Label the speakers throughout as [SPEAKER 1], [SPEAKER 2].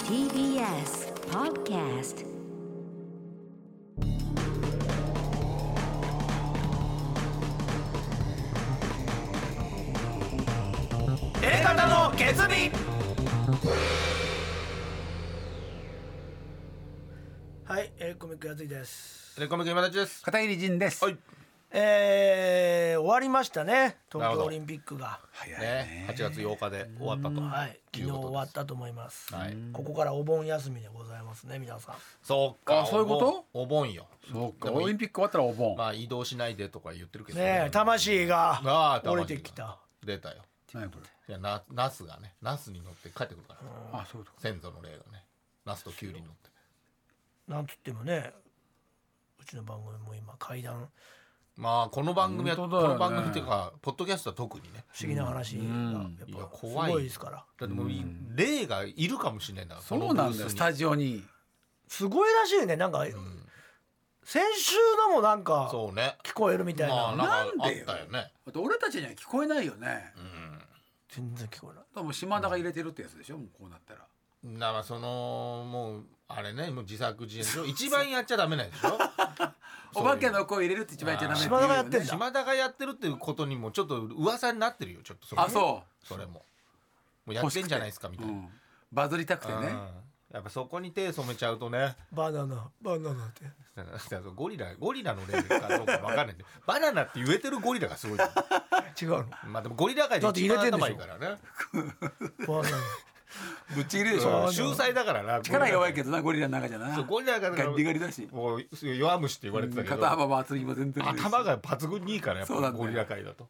[SPEAKER 1] TBS Podcast
[SPEAKER 2] 方の決意
[SPEAKER 3] はい、えー、コミックやついです。
[SPEAKER 2] レコメク今立ちです
[SPEAKER 4] 片入仁です。
[SPEAKER 2] はい
[SPEAKER 3] えー、終わりましたね、
[SPEAKER 2] な
[SPEAKER 3] 東
[SPEAKER 2] るほ
[SPEAKER 3] 京
[SPEAKER 2] ど
[SPEAKER 3] オリンピックが。
[SPEAKER 4] 早い
[SPEAKER 2] ね
[SPEAKER 4] ね。
[SPEAKER 2] 8月8日で終わったと
[SPEAKER 3] はい、昨
[SPEAKER 2] い
[SPEAKER 3] 日
[SPEAKER 2] うことです
[SPEAKER 3] 終わったと思います。
[SPEAKER 2] はい
[SPEAKER 3] ここからお盆休みでございますね、皆さん。
[SPEAKER 2] そうか
[SPEAKER 4] あそういうこと
[SPEAKER 2] お盆お盆よ
[SPEAKER 4] そう
[SPEAKER 2] で
[SPEAKER 4] か。
[SPEAKER 2] も
[SPEAKER 4] オリンピック終わったらお盆。
[SPEAKER 2] まあ移動しないでとか言ってるけど
[SPEAKER 3] ねえ、魂
[SPEAKER 2] ああ
[SPEAKER 3] が
[SPEAKER 2] 魂が
[SPEAKER 3] 折れてきた。
[SPEAKER 2] 出たよ
[SPEAKER 4] 何これ。
[SPEAKER 2] いやなナスがねナスに乗って帰ってくるから
[SPEAKER 4] あ、そういうこ
[SPEAKER 2] 先祖の霊がねナスとキュウリに乗って
[SPEAKER 3] なんつってもね、うちの番組も今怪談
[SPEAKER 2] まあこの番組はこ
[SPEAKER 4] 本当だよ
[SPEAKER 2] の
[SPEAKER 4] ね
[SPEAKER 2] 番組っていうかポッドキャストは特にね
[SPEAKER 3] 不思議な話が
[SPEAKER 2] い
[SPEAKER 3] や
[SPEAKER 2] や
[SPEAKER 3] っぱす
[SPEAKER 2] 怖い
[SPEAKER 3] ごいですから。
[SPEAKER 2] だってもうい霊がいるかもしれないんだから
[SPEAKER 4] と。そうなんだ
[SPEAKER 2] このブー
[SPEAKER 4] よ。
[SPEAKER 2] ス
[SPEAKER 4] ス
[SPEAKER 2] に
[SPEAKER 4] タジオに。
[SPEAKER 3] すごいらしいね、なんか、先週のもなんか
[SPEAKER 2] そうね
[SPEAKER 3] 聞こえるみたい
[SPEAKER 2] ま
[SPEAKER 3] な。
[SPEAKER 2] あなんかあ
[SPEAKER 4] な
[SPEAKER 2] っ
[SPEAKER 4] んでよ
[SPEAKER 2] たよね
[SPEAKER 4] だって俺たちには聞こえないよね。
[SPEAKER 3] 全然聞こえない。
[SPEAKER 4] 多分島田が入れてるってやつでしょ。もうこうなったら。
[SPEAKER 2] だからそのもうあれねもう自作自演でしょ一番やっちゃダメなんでしょ
[SPEAKER 4] お化けの声入れるって一番やっちゃダメって言うよね
[SPEAKER 3] 島田がやってんだ
[SPEAKER 2] 島田がやってるっていうことにもちょっと噂になってるよちょっとそれ
[SPEAKER 4] あ、そう
[SPEAKER 2] それももうやってんじゃないですかみ
[SPEAKER 4] う。
[SPEAKER 2] た
[SPEAKER 4] う
[SPEAKER 2] いな、
[SPEAKER 4] ん。バズりたくてね
[SPEAKER 2] うん。やっぱそこに手染めちゃうとね
[SPEAKER 3] バナナ、バナナって。
[SPEAKER 2] だからゴリラゴリラのレベルかどうかわかんないんでバナナって言えてるゴリラがすごいよ
[SPEAKER 3] 違うの。
[SPEAKER 2] まあでもゴリラ界で一番頭いいからね
[SPEAKER 3] バナナ。
[SPEAKER 4] ぶっちぎりでし
[SPEAKER 2] う
[SPEAKER 4] ょ
[SPEAKER 2] ん。秀才だからな
[SPEAKER 4] 力弱い
[SPEAKER 2] ど
[SPEAKER 4] けどな、ゴリラの中じゃな。
[SPEAKER 2] ゴリラが
[SPEAKER 4] ガリガリだし。
[SPEAKER 2] もう弱虫って言われてたけど
[SPEAKER 4] 肩幅も厚みも全然ないし
[SPEAKER 2] 頭が抜群にいいからやっ
[SPEAKER 4] そうな
[SPEAKER 2] ぱ
[SPEAKER 4] んだよ
[SPEAKER 2] ゴリラ界だと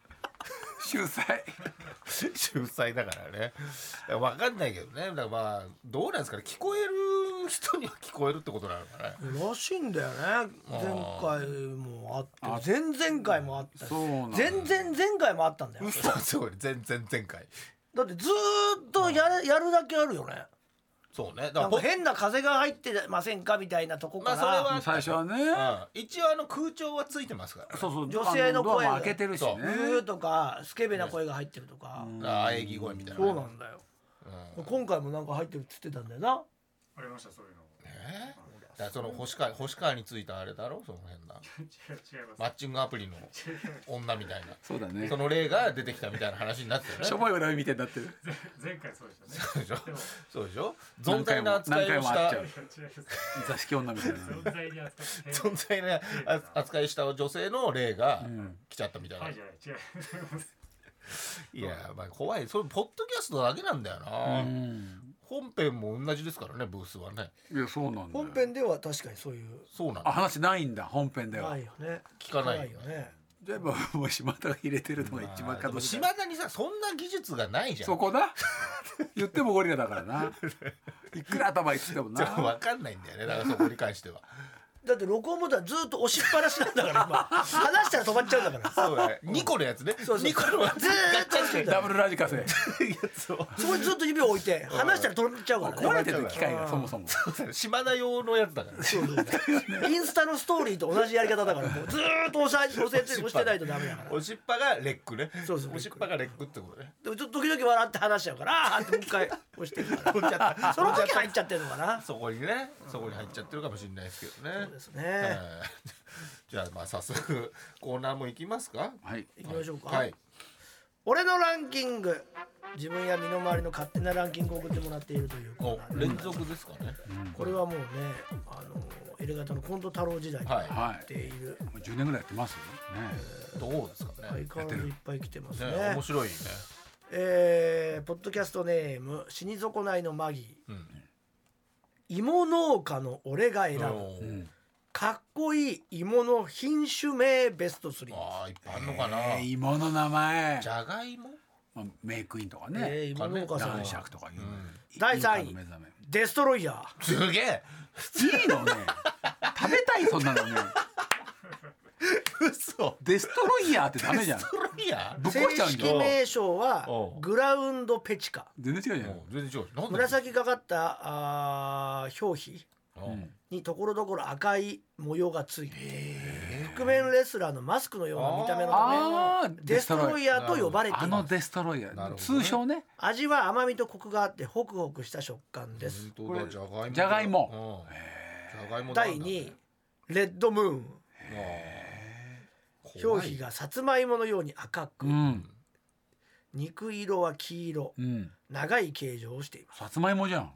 [SPEAKER 4] 秀才
[SPEAKER 2] 秀才だからね分かんないけどねだからまあどうなんですかね聞こえる人には聞こえるってことなのかね
[SPEAKER 3] らしいんだよね前回もあって前々回もあったし
[SPEAKER 4] そうなんだ
[SPEAKER 3] 前々前回もあったんだよ
[SPEAKER 2] 嘘 すごい全然前回
[SPEAKER 3] だってずーっとやれやるだけあるよね
[SPEAKER 2] そうね
[SPEAKER 3] な
[SPEAKER 2] だから
[SPEAKER 3] んか
[SPEAKER 2] ポ
[SPEAKER 3] 変な風が入ってませんかみたいなとこ
[SPEAKER 2] ま
[SPEAKER 3] か
[SPEAKER 2] あそれ
[SPEAKER 3] ら
[SPEAKER 2] は
[SPEAKER 4] 最初はね
[SPEAKER 2] うん一応あの空調はついてますから
[SPEAKER 4] そうそう
[SPEAKER 3] 女性の声
[SPEAKER 4] あドアも開けてるしね
[SPEAKER 2] そ
[SPEAKER 3] 「
[SPEAKER 2] う
[SPEAKER 3] うー」とかスケベな声が入ってるとか
[SPEAKER 2] だから喘ぎ声みたいなね
[SPEAKER 3] そうなんだよ今回もなんか入ってるっつってたんだよな
[SPEAKER 5] ありましたそういうの。
[SPEAKER 2] えーだからその星川星川についたあれだろその変な
[SPEAKER 5] 違う違い ます。
[SPEAKER 2] マッチングアプリの女みたいな
[SPEAKER 4] そうだね
[SPEAKER 2] その霊が出てきたみたいな話になってるね
[SPEAKER 4] しょぼい恨みみたいになってる
[SPEAKER 5] 前回そうでしたね。
[SPEAKER 2] そうでしょ
[SPEAKER 5] でも
[SPEAKER 2] そうでしょ存
[SPEAKER 4] 何
[SPEAKER 2] 在
[SPEAKER 4] 回
[SPEAKER 2] な
[SPEAKER 4] も
[SPEAKER 2] 扱いをし
[SPEAKER 4] 何回も会ったちゃう
[SPEAKER 5] 違います。
[SPEAKER 4] 座敷女みたいな
[SPEAKER 5] 存在に扱って変
[SPEAKER 2] 存在なあ扱いした女性の霊が来ちゃったみたいな、
[SPEAKER 5] はいじゃない違います。
[SPEAKER 2] いやまあ怖いそれポッドキャストだけなんだよな、
[SPEAKER 4] うん
[SPEAKER 2] 本編も同じですからねブースはね
[SPEAKER 4] いやそうなんだよ
[SPEAKER 3] 本編では確かにそういう
[SPEAKER 2] そうなん
[SPEAKER 4] あ
[SPEAKER 2] だ
[SPEAKER 4] 話ないんだ本編では
[SPEAKER 3] ないよね
[SPEAKER 2] 聞かないよね
[SPEAKER 3] ね
[SPEAKER 4] 例えばもう島田が入れてるのが一番
[SPEAKER 2] で
[SPEAKER 4] 角
[SPEAKER 2] も
[SPEAKER 4] し
[SPEAKER 2] 島田にさそんな技術がないじゃん
[SPEAKER 4] そこだ言ってもゴリラだからないくら頭いってても
[SPEAKER 2] じゃあ
[SPEAKER 4] な
[SPEAKER 2] 分かんないんだよねだからそこに関しては
[SPEAKER 3] だって録音ボタンずーっと押しっぱなしなんだから今話したら止まっちゃうんだから
[SPEAKER 2] そう だね2個のやつね
[SPEAKER 3] そうそう
[SPEAKER 2] 2個のやつ
[SPEAKER 3] ずーっとしてんだ
[SPEAKER 4] ダブルラジカセ
[SPEAKER 3] そこにずっと指を置いて話したら止まっちゃうからね
[SPEAKER 4] 壊れてる機械がそもそも
[SPEAKER 2] 島田用のやつだからね
[SPEAKER 3] そうそうそう インスタのストーリーと同じやり方だからもうずーっと押さえ押せて押してないとダメだから
[SPEAKER 2] おしっぱがレックね
[SPEAKER 3] そうそう
[SPEAKER 2] おしっぱがレックってことね
[SPEAKER 3] でもちょっと時々笑って話しちゃうからあーってもう一回押してるからその時入っちゃってるのかな
[SPEAKER 2] そこにねそこに入っちゃってるかもしれないですけどね
[SPEAKER 3] そうですね
[SPEAKER 2] はい じゃあまあ早速コーナーも行きますか
[SPEAKER 4] はい
[SPEAKER 3] 行きましょうか、
[SPEAKER 2] はい
[SPEAKER 3] 俺のランキング自分や身の回りの勝手なランキングを送ってもらっているというコ
[SPEAKER 2] お
[SPEAKER 3] ーナーで
[SPEAKER 2] 連続ですかね
[SPEAKER 3] これはもうねあのエレガタの近藤太郎時代にや
[SPEAKER 2] は
[SPEAKER 4] は
[SPEAKER 3] って
[SPEAKER 4] い
[SPEAKER 3] いる、
[SPEAKER 4] もう10年ぐらいやってますよね
[SPEAKER 2] いどうですかね
[SPEAKER 3] 相変わらずいっぱい来てますね
[SPEAKER 2] ね面白いね
[SPEAKER 3] えーポッドキャストネーム死に損ないのマギー、
[SPEAKER 2] うん
[SPEAKER 3] 芋農家の俺が選ぶ
[SPEAKER 2] おー
[SPEAKER 3] かっこいい芋の品種名ベスト3
[SPEAKER 2] あーいっぱいあんのかな
[SPEAKER 4] えー芋の名前
[SPEAKER 2] じゃがいも
[SPEAKER 4] まあメイクインとか
[SPEAKER 3] え
[SPEAKER 4] ね
[SPEAKER 3] ー芋農家さん
[SPEAKER 4] 男
[SPEAKER 3] は
[SPEAKER 4] 爵とかいう
[SPEAKER 3] 第三位
[SPEAKER 4] インカの目覚め
[SPEAKER 3] デストロイヤ
[SPEAKER 2] すげえ
[SPEAKER 4] いいのね食べたいそんなのね
[SPEAKER 2] 嘘
[SPEAKER 4] デストロイヤーってダメじゃん
[SPEAKER 2] トロイヤ
[SPEAKER 3] ー
[SPEAKER 4] ぶっ
[SPEAKER 3] 正
[SPEAKER 4] 壊しちゃうんだ
[SPEAKER 3] 式
[SPEAKER 4] よ
[SPEAKER 3] 名称は
[SPEAKER 2] おう
[SPEAKER 3] グラウンドペチカ
[SPEAKER 4] 全然違うじゃん
[SPEAKER 2] もう全然違うなんで
[SPEAKER 3] 紫がかったあー表皮
[SPEAKER 2] うん
[SPEAKER 3] にところどころ赤い模様がついている
[SPEAKER 2] え
[SPEAKER 3] 覆面レスラーのマスクのような見た目の
[SPEAKER 4] あ
[SPEAKER 3] た
[SPEAKER 4] ー
[SPEAKER 3] めデストロイヤーと呼ばれて
[SPEAKER 4] あ
[SPEAKER 3] いま
[SPEAKER 4] の
[SPEAKER 3] す
[SPEAKER 4] デストロイヤ
[SPEAKER 2] なるほ
[SPEAKER 4] ー
[SPEAKER 2] どね
[SPEAKER 4] 通称ね
[SPEAKER 3] 味は甘みとコクがあってホクホクした食感です
[SPEAKER 2] 本当だ
[SPEAKER 4] これ
[SPEAKER 2] じゃがいも
[SPEAKER 4] じゃがい
[SPEAKER 2] もじゃが
[SPEAKER 3] 第
[SPEAKER 2] いもなんだ
[SPEAKER 3] 2位レッドムーン
[SPEAKER 2] あー
[SPEAKER 3] 表皮がさつまいものように赤く
[SPEAKER 4] うん
[SPEAKER 3] 肉色は黄色
[SPEAKER 4] うん
[SPEAKER 3] 長い形状をしています
[SPEAKER 4] さつまいもじゃん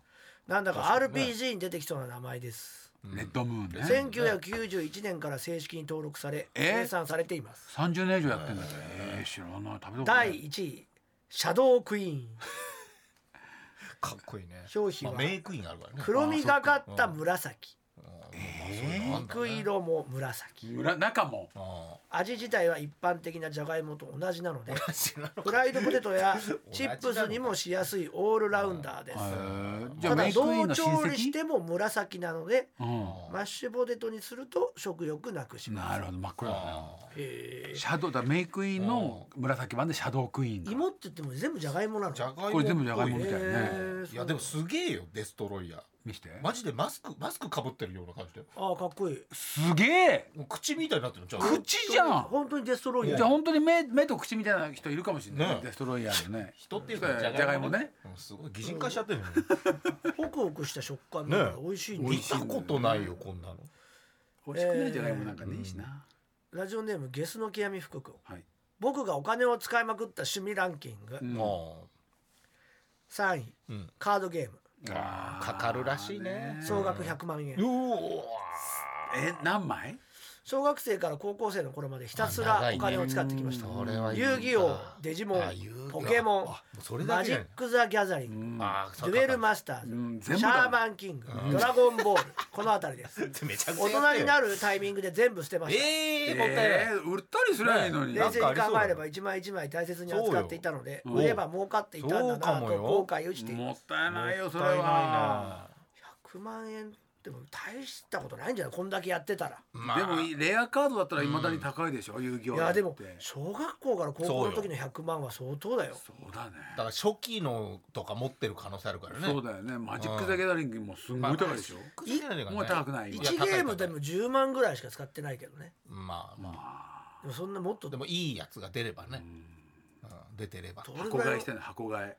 [SPEAKER 3] なんだか
[SPEAKER 2] 確かにね
[SPEAKER 3] RPG に出てきそうな名前です
[SPEAKER 2] うん
[SPEAKER 4] レッドムーンね
[SPEAKER 2] せ
[SPEAKER 3] 1991年から正式に登録され
[SPEAKER 4] え
[SPEAKER 3] 生産されています
[SPEAKER 4] 30年以上やってんだってえー知らない食べたことない
[SPEAKER 3] 第1位シャドークイーン
[SPEAKER 2] かっこいいね
[SPEAKER 3] 表皮は
[SPEAKER 2] まあメイクインあるからね
[SPEAKER 3] 黒みがかった紫
[SPEAKER 2] え
[SPEAKER 3] 肉色も紫
[SPEAKER 4] 裏中も
[SPEAKER 2] あ
[SPEAKER 3] 味自体は一般的なじゃがいもと同じなので
[SPEAKER 2] あ知らなかっ
[SPEAKER 3] フライドポテトやチップスにもしやすいオールラウンダーです
[SPEAKER 4] へーじゃあ
[SPEAKER 3] ただ
[SPEAKER 4] メイクイ
[SPEAKER 3] ど
[SPEAKER 4] ンの
[SPEAKER 3] う
[SPEAKER 4] 親
[SPEAKER 3] 調理し
[SPEAKER 4] 戚
[SPEAKER 3] ても紫なので
[SPEAKER 4] う
[SPEAKER 3] マッシュポテトにすると食欲なくし
[SPEAKER 4] ん
[SPEAKER 3] ます
[SPEAKER 4] なるほど真っ
[SPEAKER 2] た
[SPEAKER 4] 暗だな
[SPEAKER 2] あ
[SPEAKER 3] へー
[SPEAKER 4] シャドウだメイクインの紫版でシャドウクイーンだ
[SPEAKER 3] 芋って言っても全部じゃがいもなの
[SPEAKER 2] じゃがいもっぽい
[SPEAKER 4] これ全部じゃがいもみたいね
[SPEAKER 3] へー
[SPEAKER 2] いやでもすげえよデストロイヤー
[SPEAKER 4] 見して
[SPEAKER 2] マジでマスクマスクかぶってるような感じで
[SPEAKER 3] あーかっこいい
[SPEAKER 4] すげえ
[SPEAKER 2] もう口みたいになってるじゃん
[SPEAKER 4] 口じゃん
[SPEAKER 3] 本当にデストロイヤ
[SPEAKER 4] じゃあ
[SPEAKER 3] ー
[SPEAKER 4] 本当に目目と口みたいな人いるかもしれない、
[SPEAKER 2] ね
[SPEAKER 4] デストロイヤーのね
[SPEAKER 2] 人っていう
[SPEAKER 4] そう
[SPEAKER 2] か
[SPEAKER 4] じゃがいもね
[SPEAKER 2] うんすごい擬人化しちゃってるよね
[SPEAKER 3] ホクホクした食感だから
[SPEAKER 2] ね
[SPEAKER 3] 美味しいんだ
[SPEAKER 2] 見たことないよこんなの
[SPEAKER 4] 美味しくないじゃがいもなんかねいいしな、
[SPEAKER 3] ラジオネームゲスの極み福君
[SPEAKER 4] はい
[SPEAKER 3] 僕がお金を使いまくった趣味ランキング
[SPEAKER 4] うん
[SPEAKER 2] も
[SPEAKER 3] 3位
[SPEAKER 2] ううん
[SPEAKER 3] カードゲーム
[SPEAKER 4] あー
[SPEAKER 2] かかるらしいね
[SPEAKER 3] 総額100万
[SPEAKER 2] う
[SPEAKER 3] 円
[SPEAKER 2] お
[SPEAKER 4] え何枚
[SPEAKER 3] 小学生から高校生の頃までひたすらお金を使ってきました
[SPEAKER 2] それはいいんだ
[SPEAKER 3] 遊戯王デジモン
[SPEAKER 2] あ遊戯王
[SPEAKER 3] ポケモン
[SPEAKER 2] あそれだ
[SPEAKER 3] マ
[SPEAKER 2] け
[SPEAKER 3] ジ
[SPEAKER 2] じゃ
[SPEAKER 3] ッ
[SPEAKER 2] ない
[SPEAKER 3] ク・ザ・ギャザリ
[SPEAKER 4] う
[SPEAKER 3] ング
[SPEAKER 4] ん
[SPEAKER 2] あー
[SPEAKER 3] デュエルマスタ
[SPEAKER 4] うん
[SPEAKER 3] ー
[SPEAKER 4] 全
[SPEAKER 3] ズ
[SPEAKER 4] 部
[SPEAKER 3] シ
[SPEAKER 4] だ
[SPEAKER 3] ャーマンキングドラゴンボールこの辺り です
[SPEAKER 2] めちゃくちゃ
[SPEAKER 3] 大人にな
[SPEAKER 2] る
[SPEAKER 3] るタイミングで全部捨てました
[SPEAKER 2] ええもったいない
[SPEAKER 4] えー、売ったりすりゃいいのに、
[SPEAKER 2] ね
[SPEAKER 3] 冷
[SPEAKER 2] なん
[SPEAKER 3] 静
[SPEAKER 2] かあ
[SPEAKER 3] に
[SPEAKER 2] りそう
[SPEAKER 3] 考
[SPEAKER 2] だ
[SPEAKER 3] え
[SPEAKER 2] ね
[SPEAKER 3] れば一枚一枚大切に扱っていたので
[SPEAKER 4] そうよ
[SPEAKER 3] 売れば儲かっていたんだなと
[SPEAKER 2] そうかもよ
[SPEAKER 3] 後悔をしている
[SPEAKER 4] もったいないよそれ
[SPEAKER 2] もったい
[SPEAKER 4] は
[SPEAKER 3] 100万円でも大したことないんじゃないこんだけやってたら
[SPEAKER 2] ないなまあ
[SPEAKER 4] でもレアカードだったらいまだに高いでしょ、遊戯王
[SPEAKER 3] いやでも
[SPEAKER 4] だって
[SPEAKER 3] 小学校から高校の時の100万は相当だよ
[SPEAKER 4] そうだね
[SPEAKER 2] だから初期のとか持ってる可能性あるからね
[SPEAKER 4] そうだよねマジック・ザ・ギャザリングもすごい高いでしょ、もう高くない
[SPEAKER 2] い
[SPEAKER 4] 今
[SPEAKER 2] や
[SPEAKER 3] 1ゲームでも10万ぐらいしか使ってないけどね
[SPEAKER 2] まあまあ
[SPEAKER 4] ま
[SPEAKER 3] でもそんなもっと
[SPEAKER 2] でもいいやつが出れば
[SPEAKER 4] あ、
[SPEAKER 2] ね、うん出てれば
[SPEAKER 3] ど
[SPEAKER 4] うん
[SPEAKER 3] れ
[SPEAKER 4] 箱
[SPEAKER 3] ぐら
[SPEAKER 4] 買
[SPEAKER 3] い
[SPEAKER 4] い
[SPEAKER 3] の
[SPEAKER 4] してんの箱買い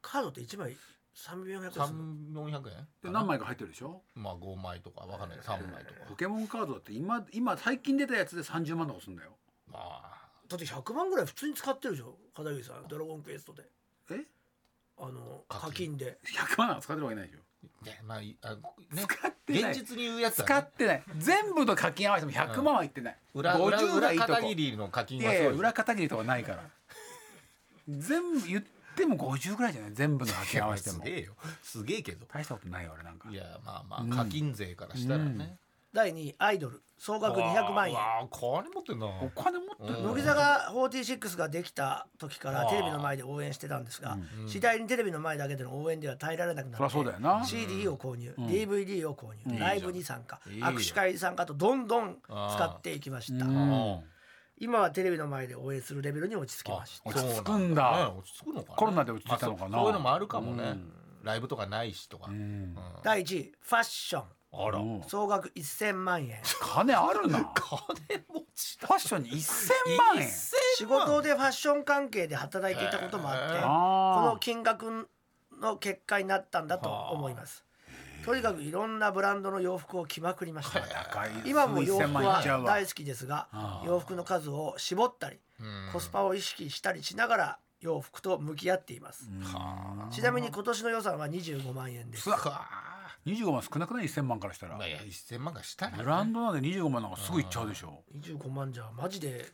[SPEAKER 3] カードって1枚3400円するの
[SPEAKER 2] 三四百円
[SPEAKER 4] で何枚か入ってるでしょ
[SPEAKER 2] まあ五枚とかわかんない三枚とか、
[SPEAKER 4] ポケモンカードだって今今最近出たやつで30万とかすんだよ
[SPEAKER 2] まあ
[SPEAKER 3] だって100万ぐらい普通に使ってるでしょ片桐さん「ドラゴンクエストで」
[SPEAKER 4] え
[SPEAKER 3] あの
[SPEAKER 2] 課金
[SPEAKER 3] 課金で
[SPEAKER 4] 100万なんか使ってるわけないでしょ
[SPEAKER 2] いやまあいあね
[SPEAKER 4] 使ってない
[SPEAKER 2] 現実に言うやつ
[SPEAKER 4] 使
[SPEAKER 2] は、ね
[SPEAKER 4] っ、てない全部の課金合わせても100万はいってない、
[SPEAKER 2] 裏裏
[SPEAKER 4] 50
[SPEAKER 2] 裏
[SPEAKER 4] はいいとこ
[SPEAKER 2] 片切りの課金
[SPEAKER 4] い
[SPEAKER 2] はそう
[SPEAKER 4] やいや
[SPEAKER 2] です
[SPEAKER 4] 裏片切りとかないから全部言っても50ぐらいじゃない全部の課
[SPEAKER 2] い
[SPEAKER 4] 金
[SPEAKER 2] や
[SPEAKER 4] 合
[SPEAKER 2] ま
[SPEAKER 4] わ
[SPEAKER 2] あ
[SPEAKER 4] せて
[SPEAKER 2] す
[SPEAKER 4] も
[SPEAKER 2] げえよすげえけど
[SPEAKER 4] 大したことないよ俺なんか
[SPEAKER 2] いやまあまあ課金税からしたらね、
[SPEAKER 3] 第2位アイドル総額200万円
[SPEAKER 2] ああ金持ってんな
[SPEAKER 4] お金持ってる
[SPEAKER 2] うん
[SPEAKER 3] 乃木坂46ができた時から
[SPEAKER 2] あー
[SPEAKER 3] テレビの前で応援してたんですが、次第にテレビの前だけでの応援では耐えられなくな
[SPEAKER 4] そり
[SPEAKER 3] って
[SPEAKER 4] ゃそうだよな
[SPEAKER 3] CD を購入、DVD を購入、ライブに参加
[SPEAKER 2] いいじゃん
[SPEAKER 3] 握手会に参加とどんどん使っていきました
[SPEAKER 4] うん
[SPEAKER 3] 今はテレビの前で応援するレベルに落ち着きました
[SPEAKER 4] 落ち着くんだ
[SPEAKER 2] そうなんね落ち着くのかな
[SPEAKER 4] コロナで落ち着いたのかな
[SPEAKER 2] まあそうそういうのもあるかもね、ライブとかないしとか、
[SPEAKER 4] うん
[SPEAKER 3] 第1位ファッション
[SPEAKER 2] あら、
[SPEAKER 4] うん
[SPEAKER 3] 総額1000万円
[SPEAKER 4] 金あ るな
[SPEAKER 2] 金持ち
[SPEAKER 4] ファッションに1000万円
[SPEAKER 3] 仕事でファッション関係で働いていたこともあって
[SPEAKER 2] へー
[SPEAKER 3] この金額の結果になったんだと思いますとにかくいろんなブランドの洋服を着まくりま した
[SPEAKER 4] 高い
[SPEAKER 3] 今も洋
[SPEAKER 4] 1000
[SPEAKER 3] 服
[SPEAKER 4] 万いっちゃ
[SPEAKER 3] は
[SPEAKER 4] うわ
[SPEAKER 3] 大好きですが洋服の数を絞ったり
[SPEAKER 2] うん
[SPEAKER 3] コスパを意識したりしながら洋服と向き合っています
[SPEAKER 2] は
[SPEAKER 3] ちなみに今年の予算は25万円です
[SPEAKER 4] うわ
[SPEAKER 2] あ
[SPEAKER 4] 25万少なくない1000万からしたら
[SPEAKER 2] まあいや1000万がしたら
[SPEAKER 4] ブランドなんで25万なんかすぐいっちゃうでしょ
[SPEAKER 3] 25万じゃマジで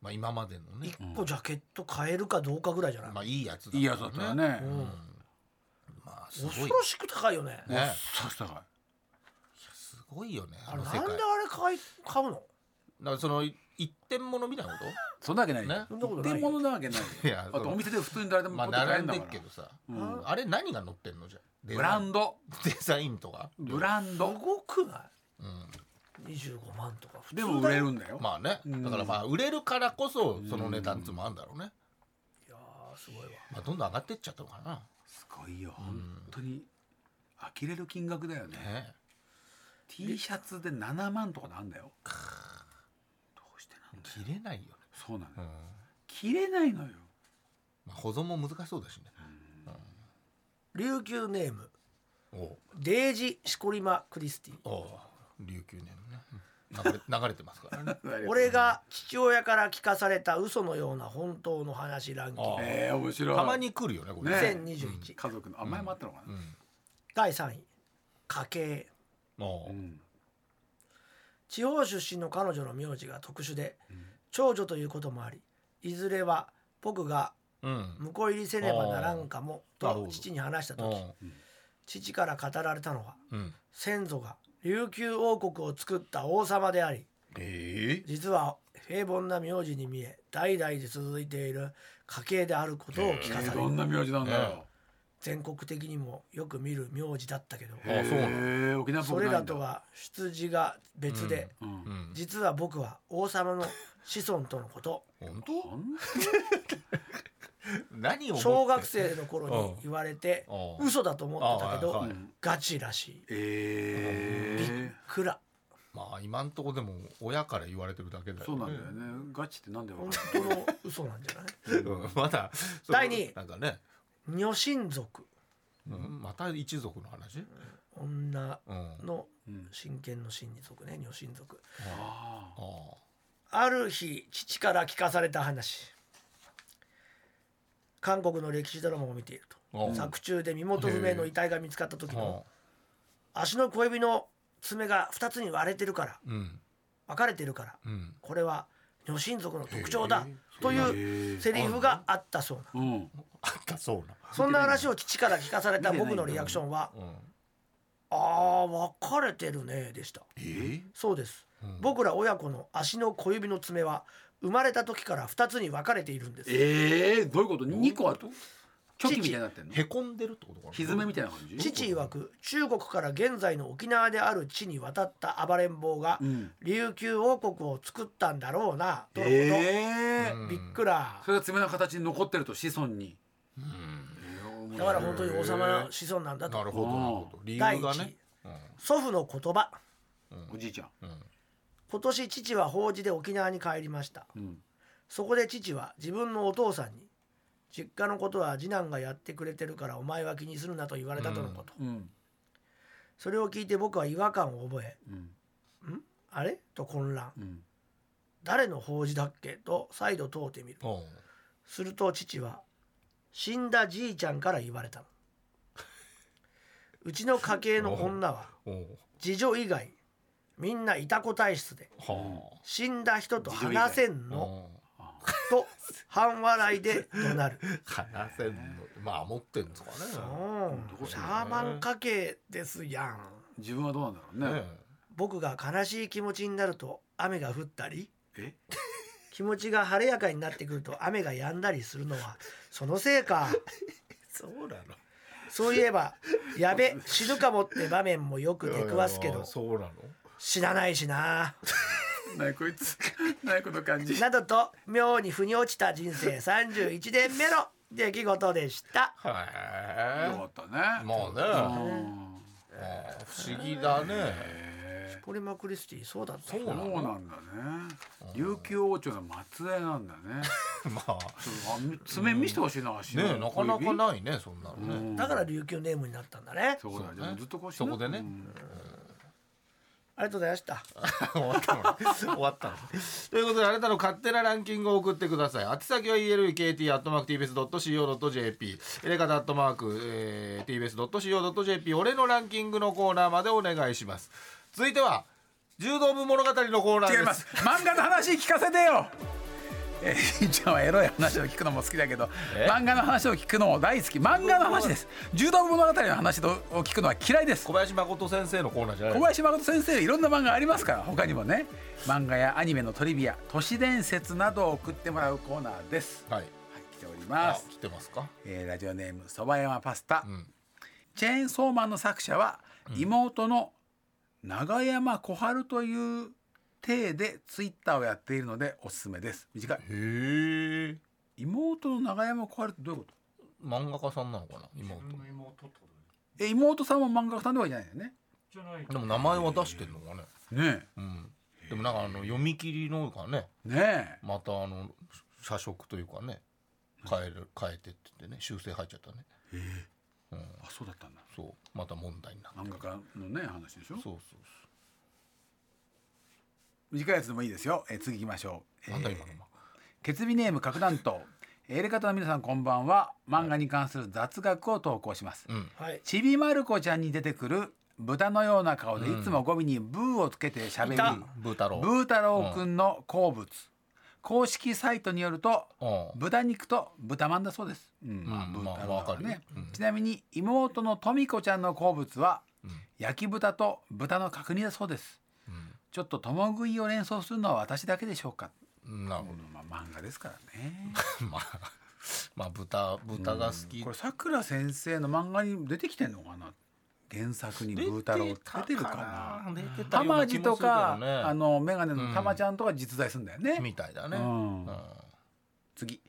[SPEAKER 2] まあ今までのね
[SPEAKER 3] 1個ジャケット買えるかどうかぐらいじゃない
[SPEAKER 2] まあいいやつだから
[SPEAKER 4] いいやつだったらね
[SPEAKER 3] うん
[SPEAKER 2] まあすご
[SPEAKER 3] 恐
[SPEAKER 2] い
[SPEAKER 3] ろしく高いよね
[SPEAKER 2] ね
[SPEAKER 4] そうしたか
[SPEAKER 2] すごいよね
[SPEAKER 3] あ
[SPEAKER 2] あ
[SPEAKER 3] れ
[SPEAKER 2] の
[SPEAKER 3] なんであ
[SPEAKER 2] 世界だ
[SPEAKER 3] れ
[SPEAKER 2] か
[SPEAKER 3] 買い買うの
[SPEAKER 2] らその一点物みたいなこ
[SPEAKER 4] そんなわけない
[SPEAKER 2] ね
[SPEAKER 3] そんなこと
[SPEAKER 4] で
[SPEAKER 3] ないよ
[SPEAKER 4] 物なわけない
[SPEAKER 2] いや
[SPEAKER 4] あとお店で普通に誰
[SPEAKER 2] と
[SPEAKER 4] でも
[SPEAKER 2] まあ
[SPEAKER 4] ポテト買え
[SPEAKER 2] 並んで
[SPEAKER 4] だ
[SPEAKER 2] っ
[SPEAKER 4] から
[SPEAKER 2] けどさ
[SPEAKER 4] うん
[SPEAKER 2] あれ何が乗ってんのじゃデ
[SPEAKER 4] ブ
[SPEAKER 2] ザ
[SPEAKER 4] ラ
[SPEAKER 2] イン
[SPEAKER 4] ンド
[SPEAKER 2] デザインとか
[SPEAKER 4] ブラン
[SPEAKER 3] す
[SPEAKER 4] ド
[SPEAKER 3] ごくな
[SPEAKER 2] うん
[SPEAKER 3] い25万とか普通
[SPEAKER 4] で
[SPEAKER 3] だよ
[SPEAKER 4] も売れるんだよ
[SPEAKER 2] まあね
[SPEAKER 4] うん
[SPEAKER 2] だからまあ売れるからこそその値段つもあんだろうね
[SPEAKER 3] いやーすごいわ
[SPEAKER 2] まあどんどん上がってっちゃったのかな
[SPEAKER 4] すごいよ本当に呆れる金額だよね
[SPEAKER 2] ね
[SPEAKER 4] T シャツで7万とかなんだよどうしてなんだよ
[SPEAKER 2] 切れないよね、
[SPEAKER 4] そうな
[SPEAKER 2] う
[SPEAKER 4] のよ
[SPEAKER 2] ん
[SPEAKER 4] 着れないのよ
[SPEAKER 2] まあ、保存も難しそうだしね、
[SPEAKER 3] 琉球ネーム
[SPEAKER 2] おう
[SPEAKER 3] デイジシコリマクリスティ
[SPEAKER 2] おう琉球年のね流れ流れてますから ね
[SPEAKER 3] 俺が父親から聞かされた嘘のような本当の話ランキン
[SPEAKER 2] あ
[SPEAKER 3] グ
[SPEAKER 4] えー、面白い
[SPEAKER 2] たまに来るよねこれ
[SPEAKER 4] ね
[SPEAKER 3] 2021
[SPEAKER 4] 家族のあ前もあったのかな、
[SPEAKER 3] 第3位家系
[SPEAKER 2] もう、
[SPEAKER 4] うん
[SPEAKER 3] 地方出身の彼女の名字が特殊で長女ということもありいずれは僕が
[SPEAKER 2] うん
[SPEAKER 3] 向こう入りせねばならんかも
[SPEAKER 2] あーなるほ
[SPEAKER 3] と
[SPEAKER 2] ど
[SPEAKER 3] 父に話した
[SPEAKER 2] うん
[SPEAKER 3] 時父から語られたのは
[SPEAKER 2] うん
[SPEAKER 3] 先祖が琉球王国を作った王様であり
[SPEAKER 2] ええ
[SPEAKER 3] 実は平凡な名字に見え代々で続いている家系であることを聞か
[SPEAKER 4] え
[SPEAKER 3] さ
[SPEAKER 4] ー、
[SPEAKER 3] れ
[SPEAKER 4] どんな名字なんだよ、
[SPEAKER 3] 全国的にもよく見る名字だったけど
[SPEAKER 2] えあそうなの
[SPEAKER 4] へー沖縄っぽ
[SPEAKER 3] そ
[SPEAKER 4] く
[SPEAKER 3] れ
[SPEAKER 4] ない
[SPEAKER 3] ら
[SPEAKER 4] んだ
[SPEAKER 3] とは出自が別で、
[SPEAKER 4] うん
[SPEAKER 2] うん
[SPEAKER 3] 実は僕は王様の子孫とのこと
[SPEAKER 2] 本
[SPEAKER 4] ほ
[SPEAKER 2] 当
[SPEAKER 4] ん
[SPEAKER 2] 何を思って
[SPEAKER 3] 小学生の頃に言われて
[SPEAKER 2] うん
[SPEAKER 3] 嘘だと思ってたけ
[SPEAKER 2] あ
[SPEAKER 3] ど
[SPEAKER 2] はい
[SPEAKER 3] ガチらしい
[SPEAKER 4] え
[SPEAKER 3] くら
[SPEAKER 2] まあ今んとこでも親から言われてるだけだよ
[SPEAKER 4] ー、そうなんだよねガチってなんでわ
[SPEAKER 3] 本
[SPEAKER 4] か
[SPEAKER 3] 当の嘘なんじゃない
[SPEAKER 2] うんまだその
[SPEAKER 3] 第二位
[SPEAKER 2] なんかね、
[SPEAKER 3] 女神族
[SPEAKER 2] うん、また一族の話、
[SPEAKER 3] 女
[SPEAKER 2] うん、
[SPEAKER 3] の
[SPEAKER 4] るうん
[SPEAKER 3] 真剣の真に族ね女神族
[SPEAKER 4] あ
[SPEAKER 2] ああ
[SPEAKER 3] ある日父から聞かされた話韓国の歴史ドラマを見ている
[SPEAKER 2] う
[SPEAKER 3] と
[SPEAKER 2] ん
[SPEAKER 3] 作中で身元不明の遺体が見つかった時の
[SPEAKER 2] は
[SPEAKER 3] 足の小指の爪が2つに割れてるから
[SPEAKER 2] あうん
[SPEAKER 3] 分かれてるから
[SPEAKER 2] うん
[SPEAKER 3] これは女神族の特徴だと
[SPEAKER 4] あ
[SPEAKER 3] いうセリフがあったそうな
[SPEAKER 4] うん
[SPEAKER 2] あったそうな
[SPEAKER 3] そんな話を父から聞かされた僕のリアクションは
[SPEAKER 2] うん
[SPEAKER 3] 「あー分かれてるね」でした
[SPEAKER 2] えー
[SPEAKER 3] そうです
[SPEAKER 2] うん
[SPEAKER 3] 僕ら親子の足の小指の爪は生まれた時から2つに分かれているんです
[SPEAKER 4] えー、どういうこと二個あると
[SPEAKER 3] 父
[SPEAKER 4] チョキみたいになってんの
[SPEAKER 2] へこんでるってことかな
[SPEAKER 4] 蹄みたいな感じ
[SPEAKER 3] 父曰く中国から現在の沖縄である地に渡った暴れん坊が
[SPEAKER 4] うん
[SPEAKER 3] 琉球王国を作ったんだろうなとのこと、
[SPEAKER 4] えー
[SPEAKER 2] うん
[SPEAKER 3] びっくら
[SPEAKER 4] それが爪の形に残ってると子孫に、
[SPEAKER 2] うん
[SPEAKER 3] だから本当に王様の子孫なんだ
[SPEAKER 2] な
[SPEAKER 3] と
[SPEAKER 2] るほどなるほど理由がね
[SPEAKER 3] 祖父の言葉
[SPEAKER 4] おじいちゃん、
[SPEAKER 2] うん
[SPEAKER 3] 今年父は法事で沖縄に帰りました
[SPEAKER 4] うん、
[SPEAKER 3] そこで父は自分のお父さんに「実家のことは次男がやってくれてるからお前は気にするな」と言われたとのこと、
[SPEAKER 4] うん
[SPEAKER 3] それを聞いて僕は違和感を覚え
[SPEAKER 4] うん
[SPEAKER 3] 「んあれ?」と混乱
[SPEAKER 4] うん
[SPEAKER 3] 「誰の法事だっけ?」と再度問うてみる
[SPEAKER 2] うんうん
[SPEAKER 3] すると父は「死んだじいちゃんから言われたの」「うちの家系の女は
[SPEAKER 2] おう
[SPEAKER 3] 次女以外みんないたこ体質で
[SPEAKER 2] は
[SPEAKER 3] 死んだ人と話せん
[SPEAKER 2] あ
[SPEAKER 3] の」
[SPEAKER 2] うん
[SPEAKER 3] と半笑いで怒鳴る。
[SPEAKER 2] 話せんのまあ持ってんですかね
[SPEAKER 3] うん、シャーマン家系ですやん
[SPEAKER 4] 自分はどうなんだろうね
[SPEAKER 2] ね
[SPEAKER 3] 僕が悲しい気持ちになると雨が降ったり
[SPEAKER 4] え
[SPEAKER 3] 気持ちが晴れやかになってくると雨が止んだりするのはそのせいか
[SPEAKER 2] そうなの
[SPEAKER 3] そういえ ば「やべ死ぬかも」って場面もよく出くわすけど
[SPEAKER 2] そうなの
[SPEAKER 3] 死なないし な
[SPEAKER 4] ないこいつないこの感じ
[SPEAKER 3] などと妙に腑に落ちた人生31年目の出来事でした
[SPEAKER 2] へえ
[SPEAKER 4] よかったね。
[SPEAKER 2] まあねああ不思議だね
[SPEAKER 3] ポリマクリスティそうだった
[SPEAKER 2] そう
[SPEAKER 4] そ
[SPEAKER 2] な
[SPEAKER 4] う
[SPEAKER 2] の
[SPEAKER 4] なんだね。琉球王朝の末裔なんだね。
[SPEAKER 2] まあ
[SPEAKER 4] あ爪見してほしいな、足の
[SPEAKER 2] ねなかな
[SPEAKER 4] 小
[SPEAKER 2] か
[SPEAKER 4] 指
[SPEAKER 2] ないねそんなのね
[SPEAKER 3] だから琉球ネームになったんだね
[SPEAKER 4] そうだね。でもずっとこうし
[SPEAKER 2] そこでね
[SPEAKER 3] ありがとうございました
[SPEAKER 2] 終わったの終わったのということであなたの勝手なランキングを送ってください宛先は elkt.tbs.co.jp エレカタ .tbs.co.jp 俺のランキングのコーナーまでお願いします続いては柔道部物語のコーナーです
[SPEAKER 4] 違います。漫画の話聞かせてよ。えー、ひいちゃんはエロい話を聞くのも好きだけど
[SPEAKER 2] え
[SPEAKER 4] 漫画の話を聞くのも大好き漫画の話です柔道物語の話を聞くのは嫌いです
[SPEAKER 2] 小林誠先生のコーナーじゃない
[SPEAKER 4] 小林誠先生いろんな漫画ありますから他にもね漫画やアニメのトリビア都市伝説などを送ってもらうコーナーです、
[SPEAKER 2] はい
[SPEAKER 4] はい、来ておりま
[SPEAKER 2] あ
[SPEAKER 4] す、
[SPEAKER 2] 来てますか
[SPEAKER 4] えーラジオネームそば山パスタ、
[SPEAKER 2] ん
[SPEAKER 4] チェーンソーマンの作者は妹の長山小春という体でツイッターをやっているのでおすすめです短い
[SPEAKER 2] へえ
[SPEAKER 4] 妹の長山小春ってどういうこ
[SPEAKER 2] 漫画家さんなのかな妹
[SPEAKER 5] 自分の妹ってこと
[SPEAKER 4] とえ妹さんは漫画家さんではいないよね
[SPEAKER 5] じゃない
[SPEAKER 2] でも名前は出してんのかね、
[SPEAKER 4] ね
[SPEAKER 2] うん、でもなんかあの読み切りのがね
[SPEAKER 4] えね
[SPEAKER 2] またあの社食というかね変える変えてって言ってね修正入っちゃったね
[SPEAKER 4] えあそうだったんだ
[SPEAKER 2] そうまた問題になって
[SPEAKER 4] 漫画家のね話でしょ
[SPEAKER 2] そうそう
[SPEAKER 4] 短いやつでもいいですよ、えー次行きましょ
[SPEAKER 2] そう
[SPEAKER 4] う、え
[SPEAKER 2] なんだ今
[SPEAKER 4] ー
[SPEAKER 2] の、ま
[SPEAKER 4] ケツビネーム核弾頭エレカタの皆さんこんばんは漫画に関する雑学を投稿します、
[SPEAKER 2] うん
[SPEAKER 3] はい
[SPEAKER 4] ちびまる子ちゃんに出てくる豚のような顔でいつも語尾にブーをつけてしゃべ
[SPEAKER 3] い
[SPEAKER 4] る、
[SPEAKER 3] た
[SPEAKER 2] ブー太郎
[SPEAKER 4] ブー太郎くんの好物、公式サイトによると
[SPEAKER 2] うん
[SPEAKER 4] 豚肉と豚まんだそうです。うん、
[SPEAKER 2] まあ
[SPEAKER 4] ブー
[SPEAKER 2] まあ
[SPEAKER 4] 太郎だから
[SPEAKER 2] わか
[SPEAKER 4] ね
[SPEAKER 2] るようん。
[SPEAKER 4] ちなみに妹のとみこちゃんの好物は
[SPEAKER 2] うん
[SPEAKER 4] 焼き豚と豚の角煮だそうです。ちょっと共食いを連想するのは私だけでしょうか。
[SPEAKER 2] うんなるほど
[SPEAKER 4] まあ漫画ですからね。
[SPEAKER 2] まあまあ豚豚が好き
[SPEAKER 4] これさくら先生の漫画に出てきてんのかな。原作にブー太郎って出てるかな。
[SPEAKER 2] 出てた
[SPEAKER 4] た
[SPEAKER 2] よう
[SPEAKER 4] ま
[SPEAKER 2] な気
[SPEAKER 4] じ
[SPEAKER 2] も
[SPEAKER 4] と
[SPEAKER 2] するけど
[SPEAKER 4] か、
[SPEAKER 2] ね
[SPEAKER 4] あのメガネのたまちゃんとか実在するんだよね。
[SPEAKER 2] みたいだね、
[SPEAKER 4] うん次、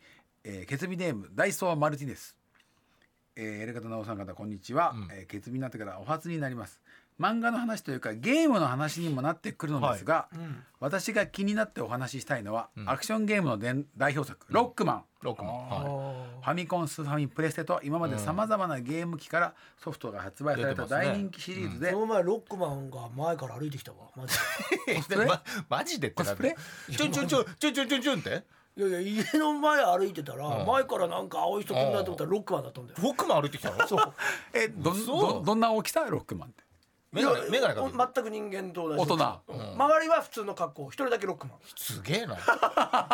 [SPEAKER 4] えー、ケツビネームダイソーマルティネス、えー、エレガタナお三方こんにちは、
[SPEAKER 2] うん
[SPEAKER 4] えーケツビになってからお初になります漫画の話というかゲームの話にもなってくるのですが、
[SPEAKER 3] うん
[SPEAKER 4] 私が気になってお話ししたいのは、
[SPEAKER 2] うん
[SPEAKER 4] アクションゲームのでん代表作「ロックマン」
[SPEAKER 2] ロックマン
[SPEAKER 3] お
[SPEAKER 2] は
[SPEAKER 3] ー
[SPEAKER 4] ファミコンスーファミプレステと今までさまざまなゲーム機からソフトが発売された
[SPEAKER 2] 出てますね
[SPEAKER 4] 大人気シリーズで、
[SPEAKER 3] この前ロックマンが前から歩いてきたわ マジ
[SPEAKER 2] いでまマジでってなんだよちょんちょんちょんちょんちょんちょんちょんって
[SPEAKER 3] でいやいや家の前歩いてたら、
[SPEAKER 2] うん
[SPEAKER 3] 前からなんか青い人来んなと思ったらロックマンだったんだよ
[SPEAKER 2] ロックマン歩いてきたのそう
[SPEAKER 4] えどん
[SPEAKER 2] 嘘
[SPEAKER 4] どんどんな大きさロックマンって
[SPEAKER 2] メガネメガネか
[SPEAKER 3] お
[SPEAKER 2] けてる
[SPEAKER 3] 全く人間と同じ
[SPEAKER 4] 大人
[SPEAKER 3] うん周りは普通の格好一人だけロックマン
[SPEAKER 2] すげえなど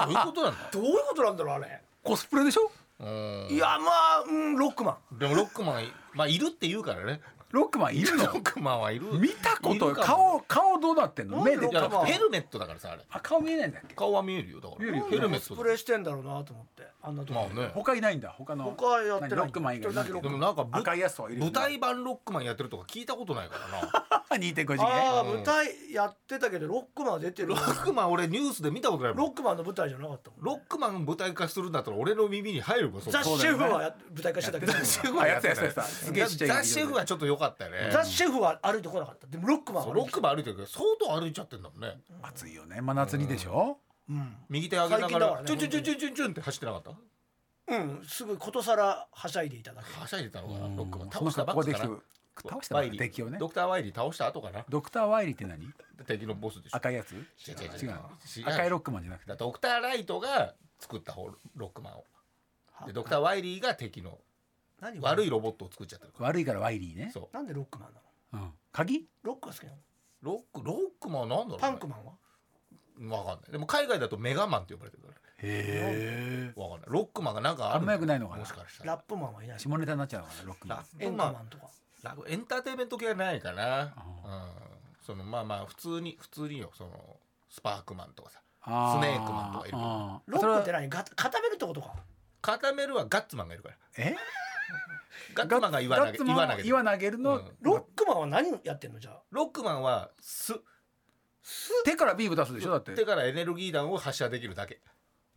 [SPEAKER 2] ういうことなんだ
[SPEAKER 3] どういうことなんだろうあれ、
[SPEAKER 4] コスプレでしょ
[SPEAKER 2] うん
[SPEAKER 3] いやまあ、うん、ロックマン
[SPEAKER 2] でもロックマンまあいるって言うからね
[SPEAKER 4] ロックマンいる
[SPEAKER 2] ロ
[SPEAKER 4] の
[SPEAKER 2] ックマンはいる
[SPEAKER 4] 見たこと
[SPEAKER 2] いるかも
[SPEAKER 4] 顔顔どうなってんの
[SPEAKER 3] なんで
[SPEAKER 4] 目で
[SPEAKER 2] いや
[SPEAKER 3] ロックマン
[SPEAKER 2] ヘルメットだからさあれ
[SPEAKER 4] あ顔見えないんだっけ
[SPEAKER 2] 顔は見えるよだから
[SPEAKER 4] 見えるよ
[SPEAKER 2] ヘルメッ
[SPEAKER 3] ス
[SPEAKER 2] ト
[SPEAKER 3] プ
[SPEAKER 2] だ
[SPEAKER 3] レーしてんだろうなと思ってあんなと
[SPEAKER 2] ま
[SPEAKER 3] こ
[SPEAKER 2] あね
[SPEAKER 4] 他いないんだ他の
[SPEAKER 3] 他はやってない
[SPEAKER 4] 何ロックマン以
[SPEAKER 3] 一
[SPEAKER 4] 外
[SPEAKER 3] 人だけ
[SPEAKER 2] で
[SPEAKER 3] ロ
[SPEAKER 2] もなんかぶ
[SPEAKER 4] 赤いやつはいるよ
[SPEAKER 2] 舞
[SPEAKER 4] ね
[SPEAKER 2] 台版ロックマンやってるとか聞いたことないからな
[SPEAKER 4] 2.5次元
[SPEAKER 3] ああ
[SPEAKER 2] うん
[SPEAKER 3] 舞台やってたけどロックマン出てる
[SPEAKER 2] ロ
[SPEAKER 3] ロ
[SPEAKER 2] ックマン俺ニュースで見たことないもん
[SPEAKER 3] ックマンの舞台じゃなかったもん
[SPEAKER 2] ロックマン舞台化するんだったら俺の耳に入るもんそ
[SPEAKER 3] ザ・
[SPEAKER 2] そう
[SPEAKER 3] シェフはや舞台化してたけど
[SPEAKER 4] やってた
[SPEAKER 2] ザやって
[SPEAKER 4] あやってたやってたすげえちっちゃい
[SPEAKER 2] ザ・シェフはちょっと良かったよね
[SPEAKER 3] ザ・シェフは歩いてこなかったでもロックマン
[SPEAKER 2] そう
[SPEAKER 3] は
[SPEAKER 2] ロックマン歩いてるけど相当歩いちゃってんだもんね
[SPEAKER 4] 暑いよね真夏にでしょ
[SPEAKER 3] うん、
[SPEAKER 2] 右手上げな
[SPEAKER 3] 最近
[SPEAKER 2] が
[SPEAKER 3] だから
[SPEAKER 2] ら
[SPEAKER 3] ね
[SPEAKER 2] チュンチュンチュンチュンチュンチュンって走ってなかった
[SPEAKER 3] うん、すぐことさらはしゃいでいただけ
[SPEAKER 2] はしゃいでたのかな
[SPEAKER 4] うん
[SPEAKER 2] ロックマン
[SPEAKER 4] そ
[SPEAKER 2] 倒
[SPEAKER 4] の
[SPEAKER 2] したばっ
[SPEAKER 4] 格好
[SPEAKER 2] かか
[SPEAKER 4] でき
[SPEAKER 2] な
[SPEAKER 4] てる倒したば
[SPEAKER 2] ワ
[SPEAKER 4] っか
[SPEAKER 2] イリー
[SPEAKER 4] 敵をね
[SPEAKER 2] ドクター・ワイリー倒した後かな
[SPEAKER 4] ドクターワイリーって何
[SPEAKER 2] 敵のボスでしょ
[SPEAKER 4] 赤いやつ違
[SPEAKER 2] 違う違う
[SPEAKER 4] う
[SPEAKER 2] 違う
[SPEAKER 4] 赤いロックマンじゃなくて
[SPEAKER 2] だドクター・ライトが作った方ロックマンをでドクター・ワイリーが敵の
[SPEAKER 3] 何
[SPEAKER 2] 悪
[SPEAKER 3] い
[SPEAKER 2] いロボットを作っちゃってるか
[SPEAKER 4] 悪いからワイリーね
[SPEAKER 2] らそう
[SPEAKER 3] なんでロックマンなの
[SPEAKER 4] うん鍵
[SPEAKER 3] ロックが好きなの
[SPEAKER 2] ロックロックマンなんだろうね
[SPEAKER 3] パンクマンは
[SPEAKER 2] わかんないでも海外だとメガマンって呼ばれてるから
[SPEAKER 4] へえ
[SPEAKER 2] わかんないロックマンがなんかある
[SPEAKER 4] あんま良くないのかな
[SPEAKER 2] もしかしたら
[SPEAKER 3] ラップマンはいないし
[SPEAKER 4] 下ネタになっちゃうのかなロックマン
[SPEAKER 2] ラ
[SPEAKER 3] エ
[SPEAKER 2] ップ
[SPEAKER 3] ン
[SPEAKER 2] マ
[SPEAKER 3] タ
[SPEAKER 2] ン
[SPEAKER 3] マンとか
[SPEAKER 2] ラップエンターテインメント系はないかな
[SPEAKER 4] あ
[SPEAKER 2] うんそのまあまあ普通に普通によそのスパークマンとかさ
[SPEAKER 4] あ
[SPEAKER 2] スネークマンとかいるよ
[SPEAKER 4] あー
[SPEAKER 3] ロックっ
[SPEAKER 4] そ
[SPEAKER 3] て
[SPEAKER 4] れは
[SPEAKER 3] 何が固めるってことか
[SPEAKER 2] 固めるはガッツマンがいるから
[SPEAKER 4] え
[SPEAKER 2] ガッツマンが岩投げ
[SPEAKER 4] マン
[SPEAKER 2] 岩投
[SPEAKER 4] は
[SPEAKER 2] げて
[SPEAKER 4] 岩
[SPEAKER 2] る
[SPEAKER 4] 投げる
[SPEAKER 2] う
[SPEAKER 4] の
[SPEAKER 2] ん
[SPEAKER 3] ロックマンは何やってんのじゃあ
[SPEAKER 2] ロックマンはす
[SPEAKER 4] 手からビーム出すでしょだって
[SPEAKER 2] 手からエネルギー弾を発射できるだけ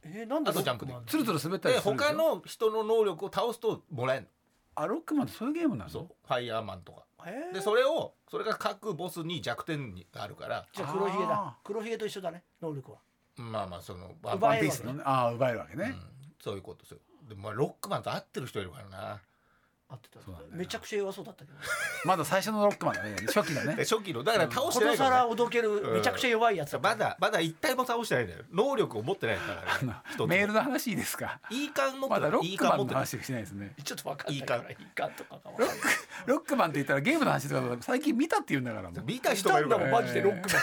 [SPEAKER 3] えー、なんで
[SPEAKER 2] あ
[SPEAKER 3] ロ
[SPEAKER 2] とジャ
[SPEAKER 3] ッ
[SPEAKER 2] ン
[SPEAKER 3] ク
[SPEAKER 2] プで
[SPEAKER 3] マンなの
[SPEAKER 4] つるつる滑ったり
[SPEAKER 2] です
[SPEAKER 4] るでしょ
[SPEAKER 2] 他の人の能力を倒すともらえる
[SPEAKER 4] あロックマンってそういうゲーム
[SPEAKER 2] の
[SPEAKER 4] なの
[SPEAKER 2] そうファイヤーマンとか
[SPEAKER 3] えー
[SPEAKER 2] でそれをそれが各ボスに弱点があるから
[SPEAKER 3] じゃあ黒ひげだ
[SPEAKER 4] あ
[SPEAKER 3] 黒ひげと一緒だね能力は
[SPEAKER 2] まあまあそのワ
[SPEAKER 3] 奪
[SPEAKER 4] ワ
[SPEAKER 3] え
[SPEAKER 4] ン
[SPEAKER 3] る
[SPEAKER 4] ピ
[SPEAKER 3] わけ
[SPEAKER 4] ースのねああ奪えるわけ
[SPEAKER 2] う
[SPEAKER 4] ね
[SPEAKER 2] ん、そういうことですよでもまあロックマンと合ってる人いるからな
[SPEAKER 3] 合ってた
[SPEAKER 4] そうなんだよな
[SPEAKER 3] めちゃくちゃ弱そうだったけど
[SPEAKER 4] まだ最初のロックマンだね初期だ
[SPEAKER 2] で
[SPEAKER 4] ね
[SPEAKER 2] 初期のだから倒し
[SPEAKER 3] こ
[SPEAKER 2] てな
[SPEAKER 3] の
[SPEAKER 2] いから、
[SPEAKER 3] 皿
[SPEAKER 2] ね、
[SPEAKER 3] おどけるめちゃくちゃ弱いやつだった
[SPEAKER 2] まだまだ一体も倒してないんだよ能力を持ってないから、ね、一つも
[SPEAKER 4] メールの話いいですか
[SPEAKER 2] いい感持って
[SPEAKER 4] ま
[SPEAKER 2] な
[SPEAKER 4] だ
[SPEAKER 2] い
[SPEAKER 4] ロ
[SPEAKER 2] いい
[SPEAKER 4] ックマ
[SPEAKER 2] 感持
[SPEAKER 4] ン
[SPEAKER 2] って
[SPEAKER 4] の
[SPEAKER 2] ない
[SPEAKER 4] 話しないですね
[SPEAKER 3] ちょっとわかんないからいいかとかがわかんない
[SPEAKER 4] ロックマンって言ったらゲームの話とか最近見たって言うんだからもう
[SPEAKER 2] 見た
[SPEAKER 3] い
[SPEAKER 2] 人が
[SPEAKER 3] た
[SPEAKER 2] いる
[SPEAKER 3] ん
[SPEAKER 2] か
[SPEAKER 3] だも
[SPEAKER 2] ら、
[SPEAKER 3] ん
[SPEAKER 2] ね、
[SPEAKER 3] マジでロックマン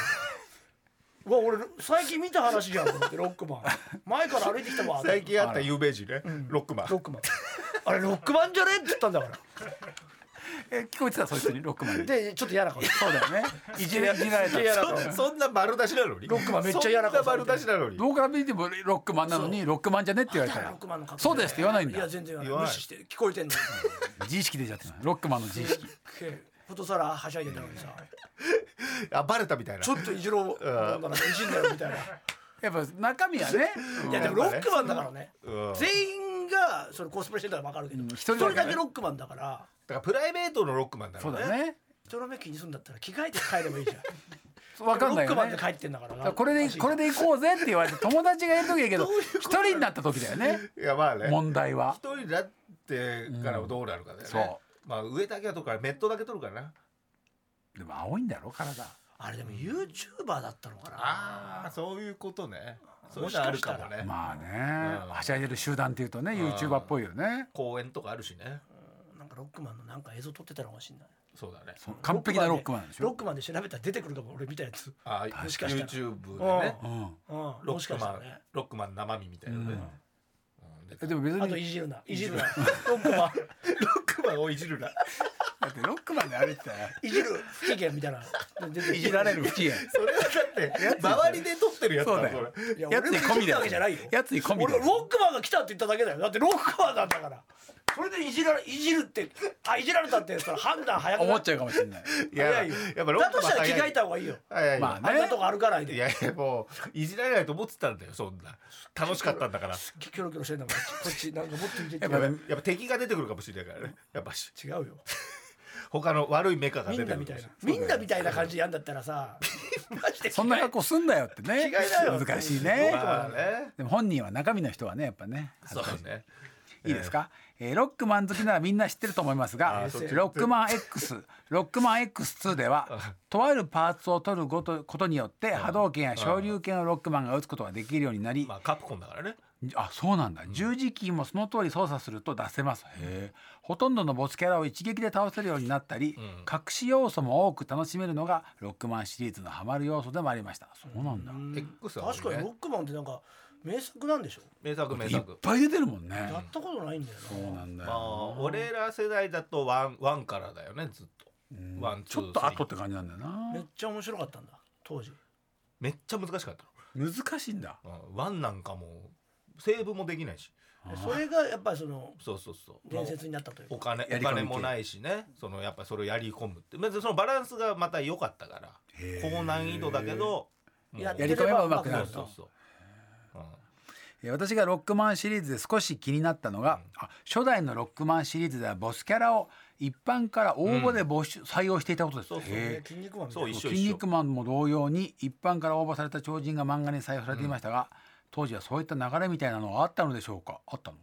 [SPEAKER 3] うわ俺最近見た話じゃんと思ってロックマン前から歩いてきたわ
[SPEAKER 2] 最近あった有名人ね、
[SPEAKER 3] ん
[SPEAKER 2] ロックマン
[SPEAKER 3] ロックマンあれロックマンじゃねえって言ったんだか
[SPEAKER 4] え聞こえてたそいつにロックマン
[SPEAKER 3] ら
[SPEAKER 4] に
[SPEAKER 3] でちょっと嫌な顔
[SPEAKER 4] そうだよねいじらいじられた
[SPEAKER 3] すげえ嫌な顔
[SPEAKER 2] そそんな丸出しなのに
[SPEAKER 3] ロックマンめっちゃ嫌な顔
[SPEAKER 2] そんな丸出しなのに
[SPEAKER 4] どうから見てもロックマンなのにロックマンじゃねって言われ
[SPEAKER 3] じ
[SPEAKER 4] た
[SPEAKER 3] ゃあ
[SPEAKER 4] ら
[SPEAKER 3] ロックマンの格好
[SPEAKER 4] そうですって言わないん
[SPEAKER 3] いや
[SPEAKER 4] だ
[SPEAKER 3] 全然言
[SPEAKER 2] 言
[SPEAKER 3] わ
[SPEAKER 2] わ
[SPEAKER 3] ない
[SPEAKER 2] ない
[SPEAKER 3] 無視して聞こえてんの
[SPEAKER 4] 自意識出ちゃってロックマンの自意識
[SPEAKER 3] ことさらはしゃいでたのにさ
[SPEAKER 2] あバレたみたいな
[SPEAKER 3] ちょっといじろうなんだないじんだよみたいな
[SPEAKER 4] やっぱ中身はね
[SPEAKER 3] いやでもロックマンだからね
[SPEAKER 2] うん
[SPEAKER 3] 全員がそれコスプレしてたらわかるけど
[SPEAKER 4] うん一
[SPEAKER 3] 一
[SPEAKER 4] 人だけね
[SPEAKER 3] 人だけロックマンだから
[SPEAKER 2] だからプライベートのロックマンだ
[SPEAKER 4] そ
[SPEAKER 2] ろ
[SPEAKER 4] う
[SPEAKER 2] う
[SPEAKER 4] だ
[SPEAKER 2] ね
[SPEAKER 4] よね
[SPEAKER 3] 人の目気にするんだったら着替えて帰ればいいじゃん
[SPEAKER 4] わかんない
[SPEAKER 3] ロック
[SPEAKER 4] よ
[SPEAKER 3] マン
[SPEAKER 4] ね
[SPEAKER 3] で帰ってんだからな
[SPEAKER 4] これでこれで行こうぜって言われて友達がいる時はい いけど一人になった時だよね
[SPEAKER 2] いやまあね
[SPEAKER 4] 問題は
[SPEAKER 2] 一人になってからどうなるかだよね、
[SPEAKER 4] そ
[SPEAKER 2] まあ上だけは取るからメットだけ取るからな
[SPEAKER 4] でも青いんだろ体
[SPEAKER 3] あれでも YouTuber だったのかな
[SPEAKER 2] ああそういうことねそういうのあるかもね
[SPEAKER 4] まあね、
[SPEAKER 2] うん
[SPEAKER 4] はしゃいでる集団っていうとね YouTuber っぽいよね
[SPEAKER 2] 公園とかあるしね
[SPEAKER 3] なんかロックマンのなんか映像撮ってたのかもしれない
[SPEAKER 2] そうだね
[SPEAKER 4] そう完璧なロックマンでし
[SPEAKER 3] ロッ
[SPEAKER 4] ょ、
[SPEAKER 3] クマンで調べたら出てくるかも俺見たやつ
[SPEAKER 2] あ
[SPEAKER 4] 確かに
[SPEAKER 2] YouTube でね
[SPEAKER 4] うん、
[SPEAKER 3] うん
[SPEAKER 2] ロ
[SPEAKER 3] もし
[SPEAKER 2] ッ
[SPEAKER 3] か
[SPEAKER 2] ク
[SPEAKER 3] した
[SPEAKER 2] マ
[SPEAKER 3] ら
[SPEAKER 2] ン
[SPEAKER 3] ね
[SPEAKER 2] ロックマン生身みたいなね、
[SPEAKER 4] うん
[SPEAKER 2] うんで
[SPEAKER 4] えでも別に
[SPEAKER 3] あといじるないじる なロックマン
[SPEAKER 2] ロックマンをいじるな
[SPEAKER 4] だってロックマンで歩いてたら
[SPEAKER 3] いじる不機嫌みた いな出て
[SPEAKER 4] いじられる不機嫌
[SPEAKER 2] それはだって周りで撮ってるやつ
[SPEAKER 4] そう
[SPEAKER 2] だ
[SPEAKER 4] だ
[SPEAKER 2] それ
[SPEAKER 4] よ
[SPEAKER 3] いや
[SPEAKER 4] やつに込
[SPEAKER 3] 俺もいじ
[SPEAKER 4] みだ
[SPEAKER 3] ったわけじゃないよ
[SPEAKER 4] やつに込みだ
[SPEAKER 3] 俺
[SPEAKER 4] よ
[SPEAKER 3] ロックマンが来たって言っただけだよだってロックマンなんだからそれでいじられいじるってあいじられたってその判断早く
[SPEAKER 4] 思っ
[SPEAKER 3] な
[SPEAKER 4] ちゃうかもしれない
[SPEAKER 2] いや
[SPEAKER 3] 早いよ
[SPEAKER 2] やっぱロッ
[SPEAKER 3] だ
[SPEAKER 2] クマ
[SPEAKER 3] とし
[SPEAKER 2] ン
[SPEAKER 3] たら着
[SPEAKER 2] 早い
[SPEAKER 3] 替えた方がいいよ
[SPEAKER 2] はい
[SPEAKER 4] まあね
[SPEAKER 3] あんなとこ歩かない
[SPEAKER 2] い
[SPEAKER 3] で
[SPEAKER 2] やいやもういじられないと思ってたんだよそんな楽しかったんだから
[SPEAKER 3] キョロキョロしてんだからこっちなんかもっといじって
[SPEAKER 4] やっぱ
[SPEAKER 3] 違
[SPEAKER 2] やっぱ敵が出てくるかもしれないからねやっぱし
[SPEAKER 3] うよ
[SPEAKER 2] 他の悪いメカが
[SPEAKER 3] み
[SPEAKER 2] 出て
[SPEAKER 3] ん
[SPEAKER 2] く
[SPEAKER 3] な
[SPEAKER 2] る
[SPEAKER 3] み
[SPEAKER 2] か
[SPEAKER 3] た
[SPEAKER 2] も
[SPEAKER 3] い
[SPEAKER 2] し
[SPEAKER 3] なみんなみたいな感じやんだったらさマジで
[SPEAKER 4] そんな格好すんなよって ね
[SPEAKER 3] 着替えだよ
[SPEAKER 4] 難しい
[SPEAKER 2] れ
[SPEAKER 4] ね
[SPEAKER 2] ないまあね
[SPEAKER 4] でも本人は中身の人はねやっぱね
[SPEAKER 2] そうね
[SPEAKER 4] いいですか、えーロックマン好きならみんな知ってると思いますが
[SPEAKER 2] あーそっち
[SPEAKER 4] ロックマン X ロックマン X2 ではとあるパーツを取るごとことによって波動拳や昇竜拳をロックマンが打つことができるようになり
[SPEAKER 2] まあカプコンだからね
[SPEAKER 4] あそうなんだ十字キーもその通り操作すると出せますへえほとんどのボスキャラを一撃で倒せるようになったり、隠し要素も多く楽しめるのがロックマンシリーズのハマる要素でもありましたそうなんだ
[SPEAKER 2] X は
[SPEAKER 3] 確かにロックマンってなんか名作なんでしょ
[SPEAKER 2] 名作名
[SPEAKER 4] いっ
[SPEAKER 2] 作
[SPEAKER 4] ぱい出てるもんね
[SPEAKER 3] やったことないんだよ
[SPEAKER 4] そう
[SPEAKER 3] な
[SPEAKER 4] なんだ
[SPEAKER 2] ま
[SPEAKER 4] よ
[SPEAKER 2] あ俺ら世代だとワンワンからだよねずっとワン
[SPEAKER 4] ちょっと後ってて感じなんだよな
[SPEAKER 3] めっちゃ面白かったんだ当時
[SPEAKER 2] めっちゃ難しかった
[SPEAKER 4] 難しいんだ
[SPEAKER 2] のうんワンなんかもうセーブもできないし
[SPEAKER 3] でそれがやっぱりその
[SPEAKER 2] そうそうそう
[SPEAKER 3] 伝説になったというか
[SPEAKER 2] お金
[SPEAKER 4] や
[SPEAKER 2] お
[SPEAKER 4] り込み系
[SPEAKER 2] 金もないしねそのやっぱそれをやり込むって別にそのバランスがまた良かったから
[SPEAKER 4] へー
[SPEAKER 2] 高難易度だけどもう
[SPEAKER 3] やって
[SPEAKER 4] やり
[SPEAKER 3] れ
[SPEAKER 4] 込めば
[SPEAKER 3] ば
[SPEAKER 4] 上手く
[SPEAKER 2] そ
[SPEAKER 4] な
[SPEAKER 2] う
[SPEAKER 4] る
[SPEAKER 2] そ
[SPEAKER 4] と
[SPEAKER 2] うそう、うん
[SPEAKER 4] えー私がロックマンシリーズで少し気になったのが、あ初代のロックマンシリーズではボスキャラを一般から応募で募集、採用していたことです
[SPEAKER 2] そうそう
[SPEAKER 4] へー
[SPEAKER 3] 筋肉マンみたい
[SPEAKER 2] そう
[SPEAKER 3] な
[SPEAKER 2] 一緒
[SPEAKER 4] 筋
[SPEAKER 2] 一緒
[SPEAKER 4] 肉マンも同様に一般から応募された超人が漫画に採用されていましたが、当時はそういった流れみたいなのはあったのでしょうかあったの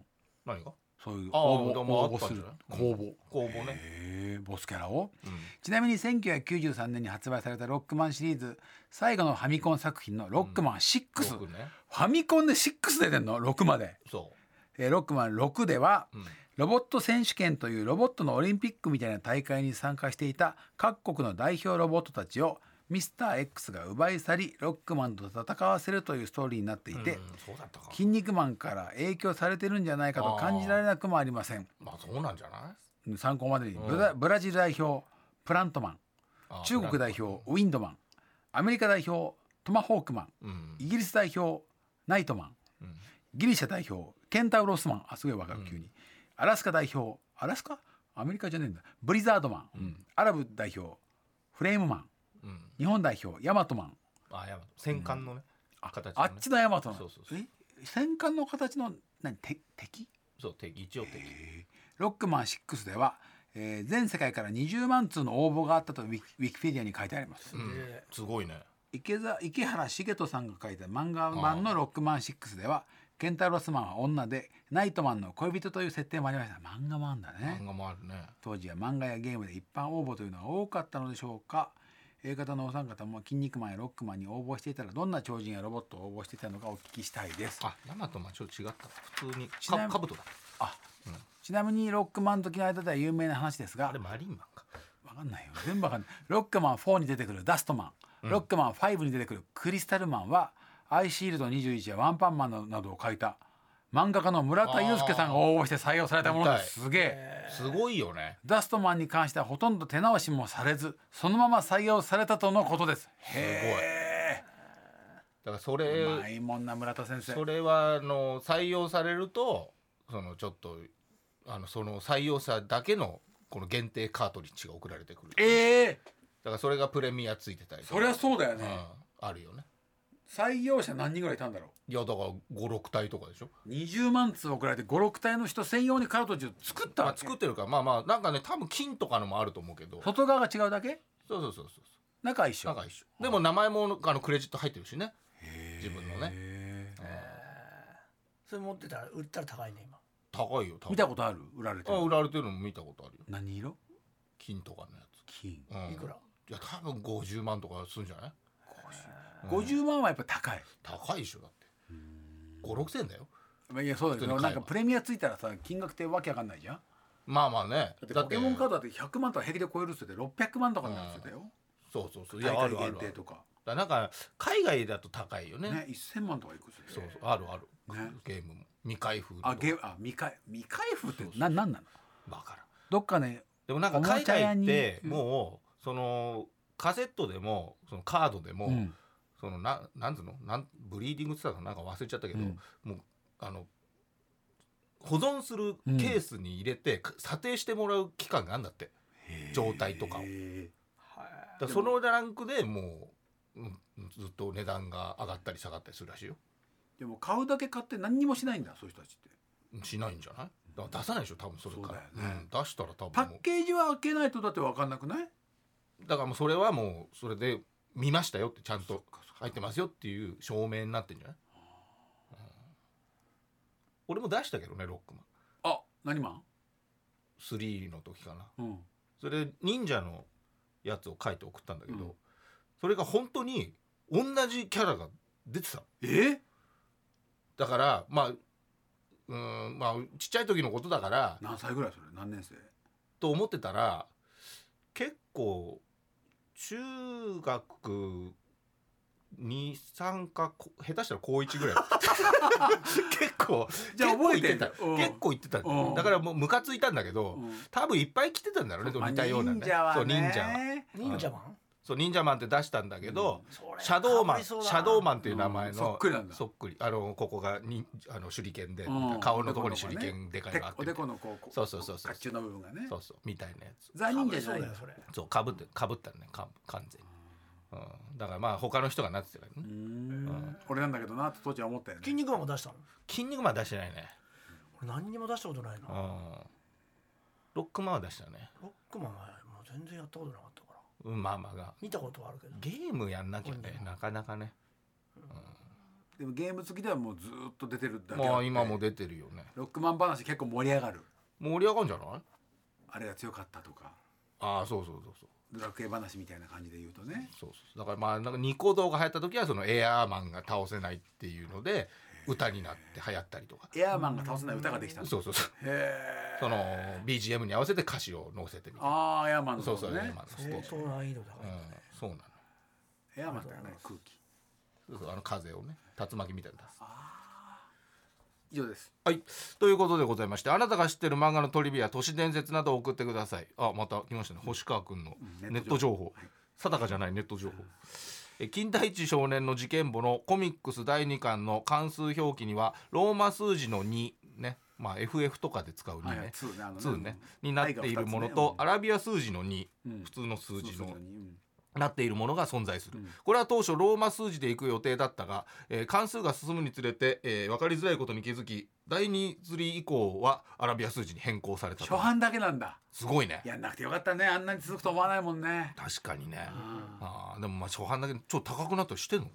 [SPEAKER 2] 何が
[SPEAKER 4] そういう
[SPEAKER 2] あー
[SPEAKER 4] 応募
[SPEAKER 2] でもあ
[SPEAKER 4] 応
[SPEAKER 2] っ
[SPEAKER 4] 募
[SPEAKER 2] た
[SPEAKER 4] す
[SPEAKER 2] んじ
[SPEAKER 4] る
[SPEAKER 2] ゃない
[SPEAKER 4] 公募、
[SPEAKER 2] 公募ね
[SPEAKER 4] へえボスキャラを、ちなみに1993年に発売されたロックマンシリーズ最後のファミコン作品の「ロックマン6」
[SPEAKER 2] 僕ね
[SPEAKER 4] ファミコンで6出てんの6まで、
[SPEAKER 2] そ
[SPEAKER 4] えー、ロックマン6では、
[SPEAKER 2] ん、
[SPEAKER 4] ロボット選手権というロボットのオリンピックみたいな大会に参加していた各国の代表ロボットたちをミスター X が奪い去りロックマンと戦わせるというストーリーになっていうて、
[SPEAKER 2] うんそうだったか
[SPEAKER 4] 筋肉マンから影響されてるんじゃないかと感じられなくもありません
[SPEAKER 2] まあそうなんじゃない
[SPEAKER 4] 参考までにブラ,、ブラジル代表プラントマン
[SPEAKER 2] あ
[SPEAKER 4] 中国代表ウィンドマンアメリカ代表トマホークマン
[SPEAKER 2] うん
[SPEAKER 4] イギリス代表ナイトマン、ギリシャ代表ケンタウロスマンあすごいわかる急に、アラスカ代表アラスカアメリカじゃねえんだブリザードマン、アラブ代表フレームマン
[SPEAKER 2] うん
[SPEAKER 4] 日本代表ヤマトマン
[SPEAKER 2] あやばい戦艦のね、形のね
[SPEAKER 4] あっちのヤマトマン
[SPEAKER 2] そうそうそう
[SPEAKER 4] え戦艦の形の何て敵
[SPEAKER 2] そう敵一応敵
[SPEAKER 4] ロックマン6では、えー全世界から20万通の応募があったとウィキウィキペディアに書いてあります、
[SPEAKER 2] うんすごいね
[SPEAKER 4] 池澤池原茂人さんが書いた漫画版の「ロックマン6」ではケンタロスマンは女でナイトマンの恋人という設定もありました漫画もあんだ
[SPEAKER 2] 漫
[SPEAKER 4] ね
[SPEAKER 2] 画もあるね
[SPEAKER 4] 当時は漫画やゲームで一般応募というのが多かったのでしょうか A 型のお三方も「筋肉マン」や「ロックマン」に応募していたらどんな超人やロボットを応募していたのかお聞きしたいです
[SPEAKER 2] あヤマトまあちょっと違った普通に
[SPEAKER 4] ちなみ
[SPEAKER 2] かカブトだ
[SPEAKER 4] ちなみにロックマン好きの間では有名な話ですが
[SPEAKER 2] あれマリーンマンか
[SPEAKER 4] わかんないよ全部わかんないロックマン4に出てくるダストマンロックマン5に出てくるクリスタルマンは、アイシールド21やワンパンマンのなどを書いた漫画家の村田祐介さんが応募して採用されたものですすげえ
[SPEAKER 2] すごいよね
[SPEAKER 4] ダストマンに関してはほとんど手直しもされずそのまま採用されたとのことです
[SPEAKER 2] すごいだからそれ
[SPEAKER 4] うまいもんな村田先生
[SPEAKER 2] それはあの採用されるとそのちょっとあのその採用者だけのこの限定カートリッジが送られてくるだ
[SPEAKER 4] ええ
[SPEAKER 2] からそれがプレミアついてたりとか
[SPEAKER 4] そりゃそうだよね、
[SPEAKER 2] うんあるよね
[SPEAKER 4] 採用者何人ぐらいいたんだろ
[SPEAKER 2] いやだから56体とかでしょ
[SPEAKER 4] う20万通送られて56体の人専用にカルトッジュを作った
[SPEAKER 2] ま
[SPEAKER 4] わ
[SPEAKER 2] あ
[SPEAKER 4] け
[SPEAKER 2] 作ってるからまあまあなんかね多分金とかのもあると思うけどそう
[SPEAKER 4] 外側が違うだけ
[SPEAKER 2] そうそうそうそう
[SPEAKER 4] 中は一緒
[SPEAKER 2] なんか一緒でも名前もあのクレジット入ってるしね自分のね
[SPEAKER 4] へー
[SPEAKER 3] それ持ってたら売ったら高いね今
[SPEAKER 2] 高いよ多分
[SPEAKER 4] 見たことある売られて
[SPEAKER 2] あ売
[SPEAKER 4] る
[SPEAKER 2] られてるの見たことあるよ
[SPEAKER 4] 何色
[SPEAKER 2] 金とかのや
[SPEAKER 4] 金
[SPEAKER 2] つ、うん、
[SPEAKER 3] いくら
[SPEAKER 2] いや多分50万とかするんじゃない
[SPEAKER 4] 50万はやっぱ高い
[SPEAKER 2] 高いでしょだって56千円だよ
[SPEAKER 4] まあいやそうだけど
[SPEAKER 2] 普通に買
[SPEAKER 4] なん
[SPEAKER 2] えば
[SPEAKER 4] かプレミアついたらさ金額ってわけわかんないじゃん
[SPEAKER 2] まあまあね
[SPEAKER 4] だってポケモンカードだって100万とか平気で超えるっつってて600万とかになるっつってたよ
[SPEAKER 2] そうそうそうい
[SPEAKER 4] 大
[SPEAKER 2] やあ
[SPEAKER 4] 会
[SPEAKER 2] るあ
[SPEAKER 4] 限
[SPEAKER 2] るあ
[SPEAKER 4] 定
[SPEAKER 2] る
[SPEAKER 4] とか
[SPEAKER 2] だからなんか海外だと高いよね
[SPEAKER 4] ね1000万とかいくっつ
[SPEAKER 2] そ
[SPEAKER 4] ってた
[SPEAKER 2] う
[SPEAKER 4] よ
[SPEAKER 2] そうあるある、
[SPEAKER 4] ね
[SPEAKER 2] ゲームも未開封とか
[SPEAKER 4] あゲあ未開未開封ってななんなの
[SPEAKER 2] わからん
[SPEAKER 4] どっかね
[SPEAKER 2] でもなんか
[SPEAKER 4] おも
[SPEAKER 2] 海
[SPEAKER 4] ちゃ屋
[SPEAKER 2] 外
[SPEAKER 4] に
[SPEAKER 2] って
[SPEAKER 4] うん
[SPEAKER 2] もうそのカセットでもそのカードでも、
[SPEAKER 4] うん
[SPEAKER 2] そのななんつうのなんブリーディングって言ったのなんか忘れちゃったけど、
[SPEAKER 4] うん
[SPEAKER 2] もうあの保存するケースに入れて、か査定してもらう期間があるんだって状態とかを
[SPEAKER 4] へ
[SPEAKER 2] だ
[SPEAKER 4] ー
[SPEAKER 2] からそのランクでもう、うん、ずっと値段が上がったり下がったりするらしいよ
[SPEAKER 4] でも買うだけ買って何にもしないんだそういう人たちって
[SPEAKER 2] しないんじゃないだから出さないでしょ多分それから
[SPEAKER 4] そうだよね
[SPEAKER 2] うん、出したら多
[SPEAKER 4] パ
[SPEAKER 2] 分も
[SPEAKER 4] ッケージは開けないとだって分かんなくないう
[SPEAKER 2] だからもうそれはもうそれで見ましたよってちゃんと入ってますよっていう証明になってんじゃない、うん俺も出したけどねロックマン
[SPEAKER 4] あ何マン
[SPEAKER 2] 3の時かな
[SPEAKER 4] うん
[SPEAKER 2] それ忍者のやつを書いて送ったんだけど、
[SPEAKER 4] うん
[SPEAKER 2] それが本当に同じキャラが出てたの
[SPEAKER 4] え
[SPEAKER 2] だからまあうーんまあちっちゃい時のことだから
[SPEAKER 4] 何歳ぐらいそれ何年生
[SPEAKER 2] と思ってたら結構中学23かこ下手したら高1ぐらい 結構
[SPEAKER 4] じゃあ
[SPEAKER 2] 結構
[SPEAKER 4] 覚
[SPEAKER 2] 行っ
[SPEAKER 4] えてん
[SPEAKER 2] て
[SPEAKER 4] だ
[SPEAKER 2] た結構言ってたんだよ
[SPEAKER 4] うん
[SPEAKER 2] だからもうムカついたんだけど
[SPEAKER 4] うん
[SPEAKER 2] 多分いっぱい来てたんだろうねと似たようなね
[SPEAKER 4] まあ忍者はね
[SPEAKER 2] そう忍
[SPEAKER 3] 忍
[SPEAKER 2] 者は
[SPEAKER 3] 者マン
[SPEAKER 2] そう忍者マンって出したんだけど、
[SPEAKER 3] それ
[SPEAKER 2] シャドーマンシ
[SPEAKER 3] かぶりそうだな
[SPEAKER 2] ャドーマンっていう名前の、
[SPEAKER 4] うんそっくりなんだ
[SPEAKER 2] そっくりあのここがにあの手裏剣で、
[SPEAKER 4] うん
[SPEAKER 2] 顔のところに手裏剣でかいのがあって
[SPEAKER 4] おでこのこうこ
[SPEAKER 2] そうそうそうそう
[SPEAKER 4] 甲冑の部分がね
[SPEAKER 2] そうそうみたいなやつ
[SPEAKER 4] ザ忍者じ
[SPEAKER 3] そう
[SPEAKER 4] ゃない
[SPEAKER 3] だ
[SPEAKER 4] ん
[SPEAKER 3] よ
[SPEAKER 4] だ
[SPEAKER 3] それ
[SPEAKER 2] そうかぶってかぶったねか完全に、うん、だからまあ他の人がなってたから
[SPEAKER 4] うー
[SPEAKER 2] ね、
[SPEAKER 4] ん俺なんだけどなって当時は思ったよ
[SPEAKER 3] 筋
[SPEAKER 4] ね
[SPEAKER 3] 肉マンも出したの
[SPEAKER 2] 筋肉マンは出してないね、
[SPEAKER 3] 俺何にも出したことない
[SPEAKER 2] うん
[SPEAKER 3] な、
[SPEAKER 2] ロックマンは出したね、
[SPEAKER 3] ロックマンはもう全然やったことなかったから
[SPEAKER 2] うん、まあまあが
[SPEAKER 3] 見たことはあるけど
[SPEAKER 2] ゲームやんなきゃねなかなかね
[SPEAKER 4] でもゲーム好きではもうずーっと出てるだけあ
[SPEAKER 2] ま
[SPEAKER 4] っ
[SPEAKER 2] あ
[SPEAKER 4] て
[SPEAKER 2] 今も出てるよね
[SPEAKER 4] ロックマン話結構盛り上がる
[SPEAKER 2] 盛り上がるんじゃない
[SPEAKER 4] あれが強かったとか
[SPEAKER 2] ああそうそうそうそう
[SPEAKER 4] ドラクエ話みたいな感じで言うとね
[SPEAKER 2] そうそうだからまあなんかニコ動が流行った時はそのエアーマンが倒せないっていうので歌になって流行ったりとか
[SPEAKER 4] エアーマンが倒せない歌ができたの
[SPEAKER 2] そうそうそう
[SPEAKER 4] へえ
[SPEAKER 2] その BGM に合わせて歌詞を載せてみたい
[SPEAKER 4] ああエアーマン
[SPEAKER 2] なそ
[SPEAKER 4] のこ
[SPEAKER 2] うそ
[SPEAKER 4] と
[SPEAKER 2] うエアー
[SPEAKER 4] ね
[SPEAKER 2] マンのス
[SPEAKER 3] 相
[SPEAKER 2] テージ
[SPEAKER 3] 当難易度だか
[SPEAKER 2] う
[SPEAKER 3] ら、
[SPEAKER 2] んそうなの
[SPEAKER 4] エアーマンってね空気
[SPEAKER 2] そうそうあの風をね竜巻みたいなの出す
[SPEAKER 4] 以上です
[SPEAKER 2] はいということでございましてあなたが知ってる漫画のトリビア都市伝説などを送ってくださいあまた来ましたね星川くんの
[SPEAKER 4] うん
[SPEAKER 2] ネット情報定かじゃないネット情報え金田一少年の事件簿のコミックス第2巻の関数表記にはローマ数字の2ねまあ FF とかで使う2
[SPEAKER 4] はい
[SPEAKER 2] ね
[SPEAKER 4] 2ねあの
[SPEAKER 2] 2ねになっているものとアラビア数字の2
[SPEAKER 4] うん
[SPEAKER 2] 普通の数字の
[SPEAKER 4] うん
[SPEAKER 2] なっているものが存在する、
[SPEAKER 4] うん
[SPEAKER 2] これは当初ローマ数字で行く予定だったが、えー関数が進むにつれて、え分かりづらいことに気づき第2釣り以降はアラビア数字に変更された
[SPEAKER 4] 初
[SPEAKER 2] と
[SPEAKER 4] 版だけなんだ
[SPEAKER 2] すごいね
[SPEAKER 4] やんなくてよかったねあんなに続くと思わないもんね
[SPEAKER 2] 確かにね
[SPEAKER 4] あ
[SPEAKER 2] あーでもまあ初版だけどちょっと高くなったりしてんのか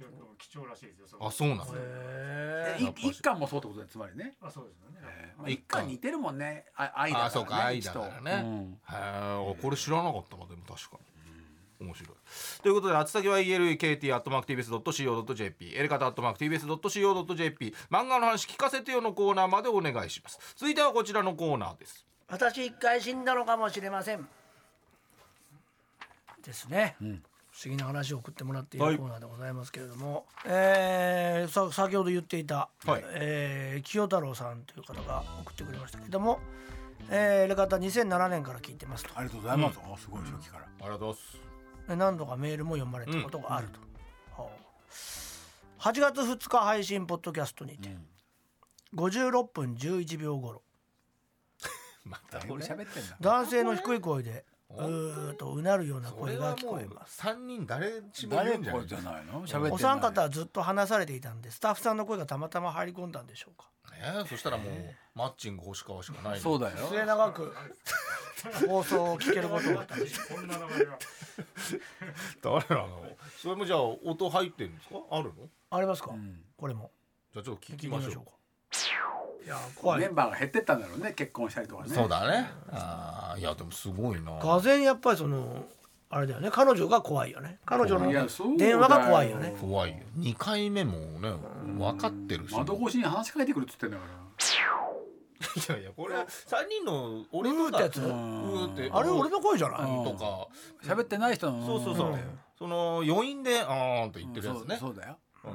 [SPEAKER 5] いやでも貴重らしいですよ。そ
[SPEAKER 2] な
[SPEAKER 5] の
[SPEAKER 2] あそうなんだ
[SPEAKER 3] へ
[SPEAKER 4] ーい一巻もそうってことでつまりね
[SPEAKER 5] あそうですよね。
[SPEAKER 4] まあ一巻似てるもんねあ愛だから
[SPEAKER 2] あそうか愛だから
[SPEAKER 4] 一と
[SPEAKER 2] ね
[SPEAKER 4] うん
[SPEAKER 2] へえあこれ知らなかったなでも確かに。面白いということで、厚先は elekt.tbs.co.jp、エレカタ .tbs.co.jp、漫画の話聞かせてよのコーナーまでお願いします。続いてはこちらのコーナーです。
[SPEAKER 3] 私一回死んだのかもしれませんですね、不思議な話を送ってもらってい
[SPEAKER 2] は
[SPEAKER 3] る
[SPEAKER 2] い
[SPEAKER 3] コーナーでございますけれども、えーさ先ほど言っていた、
[SPEAKER 2] はい
[SPEAKER 3] えー清太郎さんという方が送ってくれましたけども、えー、レカタ2007年から聞いてますと
[SPEAKER 4] ありがとうございますあすごい初期から
[SPEAKER 2] ありがとうございます。
[SPEAKER 3] で何度かメールも読まれたことがあると、はあ8月2日配信ポッドキャストにて、56分11秒頃
[SPEAKER 2] また
[SPEAKER 4] だいぶ喋ってんだ
[SPEAKER 3] 男性の低い声でうーっとうなるような
[SPEAKER 2] そ
[SPEAKER 3] 声
[SPEAKER 2] れ
[SPEAKER 3] が
[SPEAKER 2] は
[SPEAKER 3] 聞
[SPEAKER 2] も
[SPEAKER 3] こ
[SPEAKER 2] う
[SPEAKER 3] えます
[SPEAKER 2] 三人誰しも言
[SPEAKER 4] 誰
[SPEAKER 2] うんじゃ
[SPEAKER 4] こ
[SPEAKER 2] ない
[SPEAKER 4] れじゃないの喋ってない
[SPEAKER 3] お三方はずっと話されていたんでスタッフさんの声がたまたま入り込んだんでしょうか
[SPEAKER 2] ねえそしたらもうマッチング星川しかないの
[SPEAKER 4] そうだよ
[SPEAKER 3] 末永く放送を聞けることが
[SPEAKER 5] こんな名前は
[SPEAKER 2] 誰なのそれもじゃあ音入ってるんですかあるの
[SPEAKER 3] ありますか、
[SPEAKER 4] ん
[SPEAKER 3] これも
[SPEAKER 2] じゃあちょっと聞
[SPEAKER 3] 聞
[SPEAKER 2] きましょう
[SPEAKER 3] うかいや怖い
[SPEAKER 4] メンバーが減ってったんだろうね結婚したりとかね
[SPEAKER 2] そうだねああいやでもすごいな
[SPEAKER 3] 俄然やっぱりそのあれだよね彼女が怖いよね彼女
[SPEAKER 4] いや
[SPEAKER 3] の
[SPEAKER 4] そうだよ
[SPEAKER 3] 電話が怖いよね
[SPEAKER 2] 怖いよ二回目もね分かってるし
[SPEAKER 4] 窓越しに話しかけてくるっつってんだか
[SPEAKER 2] いやいやこれは3人の俺
[SPEAKER 3] うー
[SPEAKER 2] の
[SPEAKER 3] ってやつ
[SPEAKER 2] うーって
[SPEAKER 3] あれ俺の声じゃない、
[SPEAKER 4] うん
[SPEAKER 2] とか
[SPEAKER 4] ら喋ってない人の
[SPEAKER 2] そうそうそうその余韻であーんって言ってるやつね
[SPEAKER 4] そうそうだよ
[SPEAKER 2] うん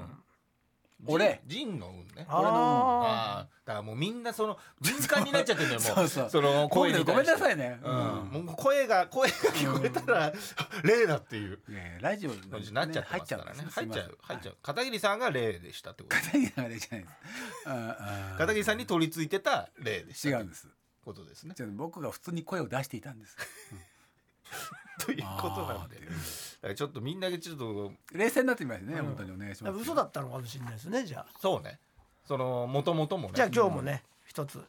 [SPEAKER 4] 俺
[SPEAKER 2] ジンジンの運ね
[SPEAKER 3] あ
[SPEAKER 4] 俺
[SPEAKER 3] あ
[SPEAKER 2] ああだからもうみんなその敏感になっちゃってるんだよもう
[SPEAKER 4] そうそう
[SPEAKER 2] の声
[SPEAKER 4] 声で
[SPEAKER 2] に
[SPEAKER 4] ご
[SPEAKER 2] 対
[SPEAKER 4] めん
[SPEAKER 2] して
[SPEAKER 4] なさいね
[SPEAKER 2] うんもう声が声が聞こえたら 「霊だ」っていう
[SPEAKER 4] ねラジオの
[SPEAKER 2] 感
[SPEAKER 4] ね
[SPEAKER 2] じになっちゃって
[SPEAKER 4] 入
[SPEAKER 2] ま
[SPEAKER 4] っ
[SPEAKER 2] す
[SPEAKER 4] ちゃ
[SPEAKER 2] か
[SPEAKER 4] う
[SPEAKER 2] らね入っちゃう入っち
[SPEAKER 4] ゃ
[SPEAKER 2] ゃう片桐さんが霊でしたってこと
[SPEAKER 4] う 片桐さんが出ちゃないですうんうん
[SPEAKER 2] 片桐さんに取り付いてた霊でした
[SPEAKER 4] 違
[SPEAKER 2] と
[SPEAKER 4] う
[SPEAKER 2] い
[SPEAKER 4] ん
[SPEAKER 2] う
[SPEAKER 4] です
[SPEAKER 2] ことですね
[SPEAKER 4] じゃあ僕が普通に声を出していたんです
[SPEAKER 2] と いうことなんで
[SPEAKER 4] あー
[SPEAKER 2] だからちょっとみんなでちょっと
[SPEAKER 4] 冷静になってみましたね本当にお願いし
[SPEAKER 3] や
[SPEAKER 4] ま
[SPEAKER 3] っぱ
[SPEAKER 4] す
[SPEAKER 3] 嘘だったのかもしれないですねじゃあ
[SPEAKER 2] そうねそのもともともね
[SPEAKER 3] じゃあ今日もね一つ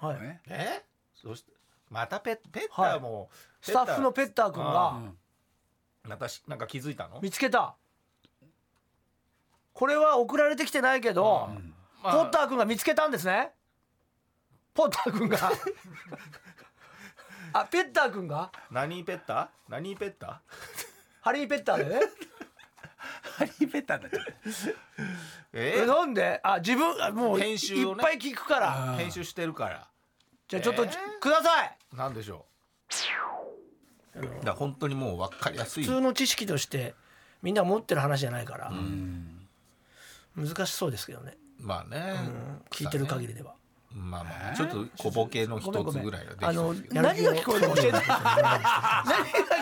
[SPEAKER 3] はい、
[SPEAKER 4] ね
[SPEAKER 2] えそしてまたペペッターも、
[SPEAKER 3] スタッフのペッター君
[SPEAKER 4] う
[SPEAKER 3] が
[SPEAKER 4] ん
[SPEAKER 2] なんかしなんか気づいたの
[SPEAKER 3] 見つけたこれは送られてきてないけど、
[SPEAKER 2] うん
[SPEAKER 3] ポ
[SPEAKER 2] まあ
[SPEAKER 3] ッター君が見つけたんですねポッター君が あペッター君が
[SPEAKER 2] 何ペッター何ペッター
[SPEAKER 3] ハリー・ペッターでね
[SPEAKER 4] ハリー・ペッターだっちゃった
[SPEAKER 2] え
[SPEAKER 3] えなんであ自分あもう
[SPEAKER 2] 編集を
[SPEAKER 3] いっ
[SPEAKER 2] ね
[SPEAKER 3] ぱい聞くから
[SPEAKER 4] あー
[SPEAKER 2] 編集してるから
[SPEAKER 3] じゃあちょっと、
[SPEAKER 2] えー
[SPEAKER 3] ください
[SPEAKER 2] なんでしょうだから本当にもう分かりやすい
[SPEAKER 3] 普通の知識としてみんな持ってる話じゃないから、
[SPEAKER 4] うん
[SPEAKER 3] 難しそうですけどね、
[SPEAKER 2] まあね、
[SPEAKER 3] うん聞いてる限りでは。
[SPEAKER 2] まあまあ、
[SPEAKER 4] えー
[SPEAKER 2] ちょっと小ボケの一つ
[SPEAKER 3] ごめんご
[SPEAKER 2] ぐ
[SPEAKER 3] め
[SPEAKER 2] らい
[SPEAKER 3] ん
[SPEAKER 2] はで
[SPEAKER 3] あ
[SPEAKER 2] きそ
[SPEAKER 3] の
[SPEAKER 2] うです
[SPEAKER 3] 何が
[SPEAKER 2] けど
[SPEAKER 3] 聞こえるか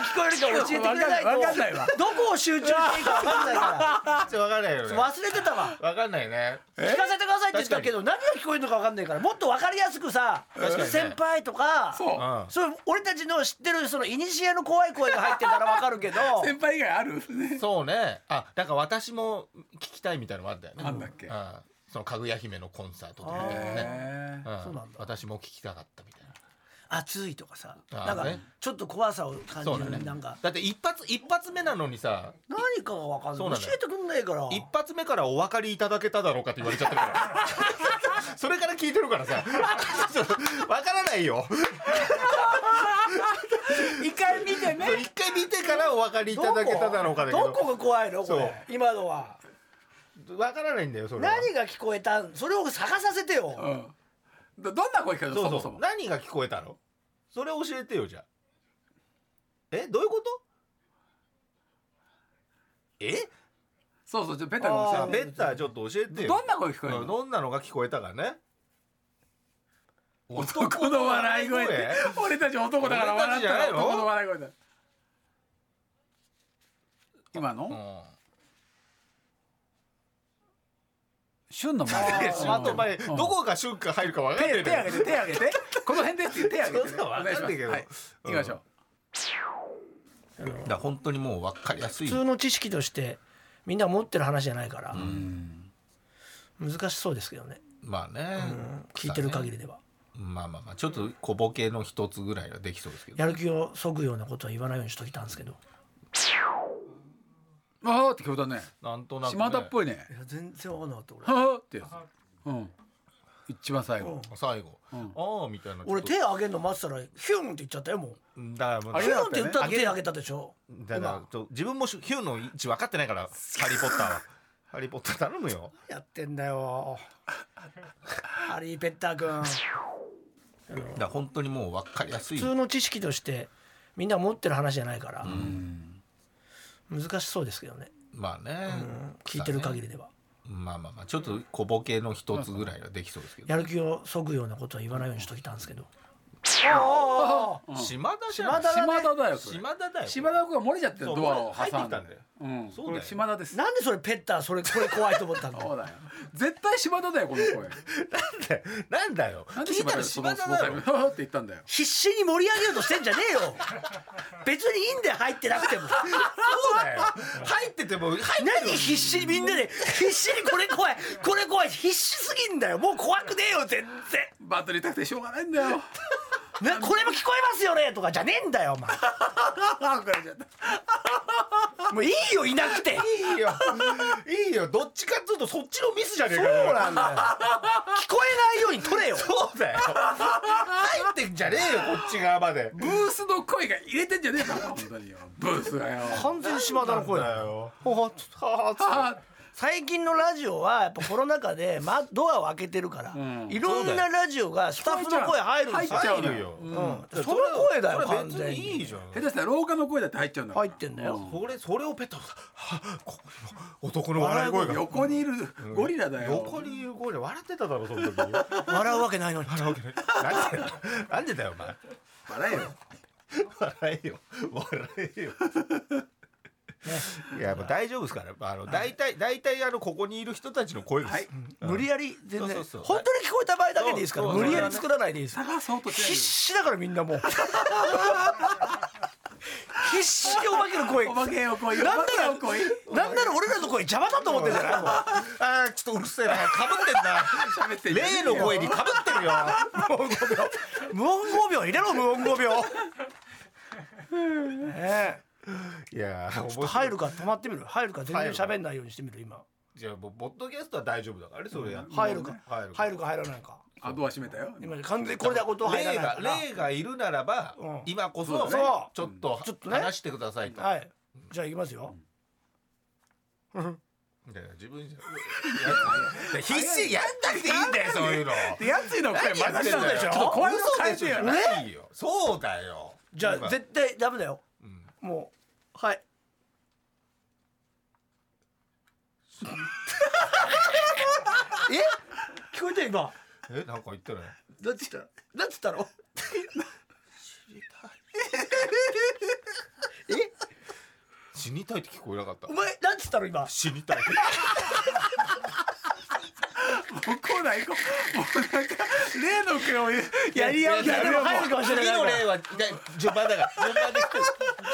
[SPEAKER 3] 教えて何が聞こえるか教えてく れないと
[SPEAKER 4] わかんないわ
[SPEAKER 3] どこを集中していいか分かんないか
[SPEAKER 2] ちょっと分かんないよね
[SPEAKER 3] ら忘れてたわ
[SPEAKER 2] 分かんないね
[SPEAKER 3] 聞かせてくださいって言ったけど何が聞こえるのか分かんないからもっと分かりやすくさ
[SPEAKER 2] 確かにね
[SPEAKER 3] 先輩とか
[SPEAKER 4] そううん
[SPEAKER 3] そう俺たちの知ってるその古の怖い声が入ってたら分かる けど
[SPEAKER 4] 先輩以外あるね
[SPEAKER 2] そうねあだから私も聞きたいみたいなのもあったよね
[SPEAKER 4] あんだっけ
[SPEAKER 2] うんそのかぐや姫のコンサートとか
[SPEAKER 3] あー
[SPEAKER 2] ね、
[SPEAKER 4] へ
[SPEAKER 2] うん、
[SPEAKER 3] そうなんだ
[SPEAKER 2] 私も聞きたかったみたいな
[SPEAKER 3] 暑いとかさ
[SPEAKER 2] あー
[SPEAKER 3] なんか
[SPEAKER 2] ね
[SPEAKER 3] ちょっと怖さを感
[SPEAKER 2] そう
[SPEAKER 3] じ
[SPEAKER 2] だね
[SPEAKER 3] るなんか
[SPEAKER 2] だって一発一発目なのにさ
[SPEAKER 3] 何かが分かん
[SPEAKER 2] そ
[SPEAKER 3] ない
[SPEAKER 2] うな
[SPEAKER 3] 教
[SPEAKER 2] んだよ
[SPEAKER 3] えてくんないから
[SPEAKER 2] 一発目からお分かりいただけただろうかって言われちゃってるから それから聞いてるから さそう分からないよ
[SPEAKER 3] 一回見てね
[SPEAKER 2] そう一 回見てからお分かりいただけただろうかだけど
[SPEAKER 3] どこが怖いのこ
[SPEAKER 2] そう
[SPEAKER 3] れ今のは
[SPEAKER 2] 分からないんだよそれは
[SPEAKER 3] 何が聞こえたんそれを探させて
[SPEAKER 4] ー
[SPEAKER 3] よ
[SPEAKER 4] うんどどんな声聞かれる
[SPEAKER 2] そう
[SPEAKER 4] そ
[SPEAKER 2] そ
[SPEAKER 4] も
[SPEAKER 2] う
[SPEAKER 4] そも
[SPEAKER 2] 何が聞こえたのそれ教えてよじゃあえどういうことえ
[SPEAKER 4] そうそうちょっとペッターが
[SPEAKER 3] あ
[SPEAKER 2] あ
[SPEAKER 4] 教
[SPEAKER 2] ベッターちょっと教え
[SPEAKER 4] え
[SPEAKER 2] て
[SPEAKER 4] て
[SPEAKER 2] よ
[SPEAKER 4] どんな声聞こえる
[SPEAKER 2] うん
[SPEAKER 4] の
[SPEAKER 2] どんなのが聞こえたかね
[SPEAKER 4] 男の笑い声って俺たち男だから笑ったら男の笑い声だ今
[SPEAKER 2] う
[SPEAKER 4] の
[SPEAKER 2] ん
[SPEAKER 4] 旬の
[SPEAKER 2] い
[SPEAKER 4] 前
[SPEAKER 2] や 旬の前どこが旬か入るか分かんないん
[SPEAKER 4] 手手
[SPEAKER 2] だけ
[SPEAKER 4] 挙げて手挙げ てこの辺ですって手挙げて
[SPEAKER 2] そうそうわかんないけど
[SPEAKER 4] お願いしますはい行きましょ
[SPEAKER 2] ど
[SPEAKER 4] う
[SPEAKER 2] だから本当にもう分かりやすい
[SPEAKER 3] 普通の知識としてみんな持ってる話じゃないから
[SPEAKER 4] うん
[SPEAKER 3] 難しそうですけどね、
[SPEAKER 2] まあね
[SPEAKER 3] うん聞いてる限りでは
[SPEAKER 2] まあまあまあちょっと小ボケの一つぐらいはできそうですけど
[SPEAKER 3] やる気をそぐようなことは言わないようにしといたんですけど
[SPEAKER 4] あーって聞こえたね
[SPEAKER 2] なんとなくね
[SPEAKER 4] 島田っぽいね
[SPEAKER 3] いや全然わかんなかった俺
[SPEAKER 4] はーってやつうん一番最後
[SPEAKER 2] 最後
[SPEAKER 4] うん
[SPEAKER 2] ああみたいな
[SPEAKER 3] 俺手上げるの待ってたらヒュンって言っちゃったよもう
[SPEAKER 2] だからもう
[SPEAKER 4] あ
[SPEAKER 3] ヒ
[SPEAKER 4] れ
[SPEAKER 3] ュ
[SPEAKER 4] だ
[SPEAKER 3] ンっ
[SPEAKER 4] ってたよ
[SPEAKER 3] 言
[SPEAKER 4] ね
[SPEAKER 3] ったら手上げたでしょ
[SPEAKER 2] だからちょ自分もヒューの位置分かってないからハリー・ポッターはハリー・ポッター頼むよ
[SPEAKER 3] やってんだよ ハリー・ペッター君
[SPEAKER 2] だから本当にもう分かりやすい
[SPEAKER 3] 普通の知識としてみんな持ってる話じゃないから
[SPEAKER 4] うん
[SPEAKER 3] 難しそうですけどね、
[SPEAKER 2] まあね
[SPEAKER 3] うん聞いてる限りでは
[SPEAKER 2] まあまあまあちょっと小ボケの一つぐらいはできそうですけど
[SPEAKER 3] やる気をそぐようなことは言わないようにしといたんですけどああ
[SPEAKER 2] 島田じゃ
[SPEAKER 3] 島
[SPEAKER 2] ん
[SPEAKER 3] 田だね
[SPEAKER 4] 島田だよそれ
[SPEAKER 2] 島田だよ
[SPEAKER 4] 島田君が漏れちゃってる
[SPEAKER 2] そう
[SPEAKER 4] ドアを挟んで
[SPEAKER 2] 入ってきたんだよ
[SPEAKER 4] うん、
[SPEAKER 2] そうだよ
[SPEAKER 4] これ島田です
[SPEAKER 3] なんでそれペッターそれこれ怖いと思ったんだ
[SPEAKER 4] そうだよ絶対島田だよこの声
[SPEAKER 2] なんだよ
[SPEAKER 4] なん
[SPEAKER 2] 聞
[SPEAKER 4] で
[SPEAKER 2] い
[SPEAKER 4] 島
[SPEAKER 2] たら
[SPEAKER 4] 田よ
[SPEAKER 2] 島田
[SPEAKER 4] そのその
[SPEAKER 2] だ
[SPEAKER 4] タイ
[SPEAKER 2] よ
[SPEAKER 4] ミングって言ったんだよ
[SPEAKER 3] 必死に盛り上げようとしてんじゃねえよ別にいいんだよ入ってなくても
[SPEAKER 2] そうだよ 入ってても入ってても
[SPEAKER 3] 何必死にみんなで必死にこれ怖いこれ怖い必死すぎんだよもう怖くねえよ全然
[SPEAKER 4] バトル痛くてしょうがないんだよ
[SPEAKER 3] なこれも聞こえますよねとかじゃねえんだよお前
[SPEAKER 4] あ怒られちゃった
[SPEAKER 3] もういいよいなくて
[SPEAKER 2] いいよ いいよどっちかっていうとそっちのミスじゃねえか
[SPEAKER 3] そうなんだよ聞こえないように取れよ
[SPEAKER 2] そうだよ入ってんじゃねえよこっち側まで
[SPEAKER 4] ブースの声が入れてんじゃねえか本当によブースがよ
[SPEAKER 3] 完全に島田の声だ
[SPEAKER 2] だ
[SPEAKER 3] よ
[SPEAKER 2] よ
[SPEAKER 3] ほほっつって
[SPEAKER 2] はあ
[SPEAKER 4] あ
[SPEAKER 3] 最近のラジオはやっぱコロナ禍で、ま、ドアを開けてるから、
[SPEAKER 4] ん
[SPEAKER 3] いろんなラジオがスタッフの声入るんですよ
[SPEAKER 4] 入っちゃ
[SPEAKER 2] 入
[SPEAKER 4] うの
[SPEAKER 2] るよ
[SPEAKER 4] う
[SPEAKER 3] うんその声だよ
[SPEAKER 2] それ
[SPEAKER 3] 完
[SPEAKER 2] 別
[SPEAKER 3] 全
[SPEAKER 2] にいい
[SPEAKER 3] に
[SPEAKER 2] じゃん
[SPEAKER 4] 下手したら廊下の声だって入っちゃうんだから
[SPEAKER 3] 入ってんだよ、
[SPEAKER 2] それそれをペットはこ 男の笑い声が
[SPEAKER 4] 横にいるゴリラだよ
[SPEAKER 2] 横にいる声で笑ってただろその時 に笑
[SPEAKER 3] 笑うわけないのに
[SPEAKER 2] うわけないなんでだよなんでだよお前
[SPEAKER 4] 笑えよ
[SPEAKER 2] 笑えよ笑えよいやもう大丈夫ですからあの大体大体あのここにいる人たちの声です、
[SPEAKER 4] はい
[SPEAKER 3] 無理やり全然
[SPEAKER 2] そうそうそう
[SPEAKER 3] 本当に聞こえた場合だけでいいですから
[SPEAKER 2] そう
[SPEAKER 3] 無理やり作らないでいいです
[SPEAKER 4] 探そうと
[SPEAKER 3] 必
[SPEAKER 4] し
[SPEAKER 3] 死だからみんなもう必死にお化けの声
[SPEAKER 4] てるお化けよ来いお
[SPEAKER 3] なん
[SPEAKER 4] 化
[SPEAKER 3] な
[SPEAKER 4] け
[SPEAKER 3] ら
[SPEAKER 4] よ来い
[SPEAKER 3] なんなら俺らの声邪魔だと思ってんじゃないもう
[SPEAKER 2] あーちょっとうるせえなかぶってんな
[SPEAKER 4] 喋ってんじゃね
[SPEAKER 2] 例
[SPEAKER 4] えよ
[SPEAKER 2] の声にかぶってるよもう5秒
[SPEAKER 3] 無音5秒入れろ無音5秒ねえ
[SPEAKER 2] いやー面白い
[SPEAKER 3] 入るか止まってみる入るか全然喋んないようにしてみる今
[SPEAKER 2] じゃあもうポッドキャストは大丈夫だからねそれやって
[SPEAKER 3] 入るか
[SPEAKER 2] 入るか
[SPEAKER 3] 入るか入らないか
[SPEAKER 4] あドア閉めたよ
[SPEAKER 3] 今完全にこれだこと入らないか
[SPEAKER 2] 霊
[SPEAKER 3] ら
[SPEAKER 2] が霊がいるならば、
[SPEAKER 3] うん
[SPEAKER 2] 今こそ
[SPEAKER 4] そうだ
[SPEAKER 3] ね
[SPEAKER 2] ちょっと
[SPEAKER 3] ちょっとね
[SPEAKER 2] 話してくださいと、
[SPEAKER 3] はいじゃあ行きますよ
[SPEAKER 2] いやいや自分じゃ必死にやんなくていいんだよそういうの
[SPEAKER 4] でやついの声
[SPEAKER 2] や
[SPEAKER 4] 混
[SPEAKER 2] って
[SPEAKER 4] じ
[SPEAKER 2] ん
[SPEAKER 4] っ
[SPEAKER 2] だよ
[SPEAKER 4] たでしょ
[SPEAKER 2] ち
[SPEAKER 4] ち
[SPEAKER 2] ょっ
[SPEAKER 4] ょっ
[SPEAKER 2] と
[SPEAKER 4] と
[SPEAKER 2] 怖
[SPEAKER 4] 声
[SPEAKER 2] い
[SPEAKER 4] の
[SPEAKER 2] の
[SPEAKER 4] 変え
[SPEAKER 2] 返
[SPEAKER 4] て
[SPEAKER 2] し
[SPEAKER 4] よ
[SPEAKER 2] よないよそうだよ
[SPEAKER 3] じゃ
[SPEAKER 2] 今
[SPEAKER 3] あ絶対ダメだよ
[SPEAKER 2] うん
[SPEAKER 3] もう はいえ聞こえた今
[SPEAKER 2] えなんか言ってない
[SPEAKER 3] なんつったなんつったの
[SPEAKER 2] 死にたいって聞こえなかった
[SPEAKER 3] お前なんつったの今
[SPEAKER 2] 死にたい
[SPEAKER 4] もう来ないこもうなんか例の声をやり合う
[SPEAKER 3] いやでも入るかもしれない
[SPEAKER 2] 次
[SPEAKER 3] か
[SPEAKER 2] の
[SPEAKER 3] ら
[SPEAKER 2] 例はね順番だから順番で来てる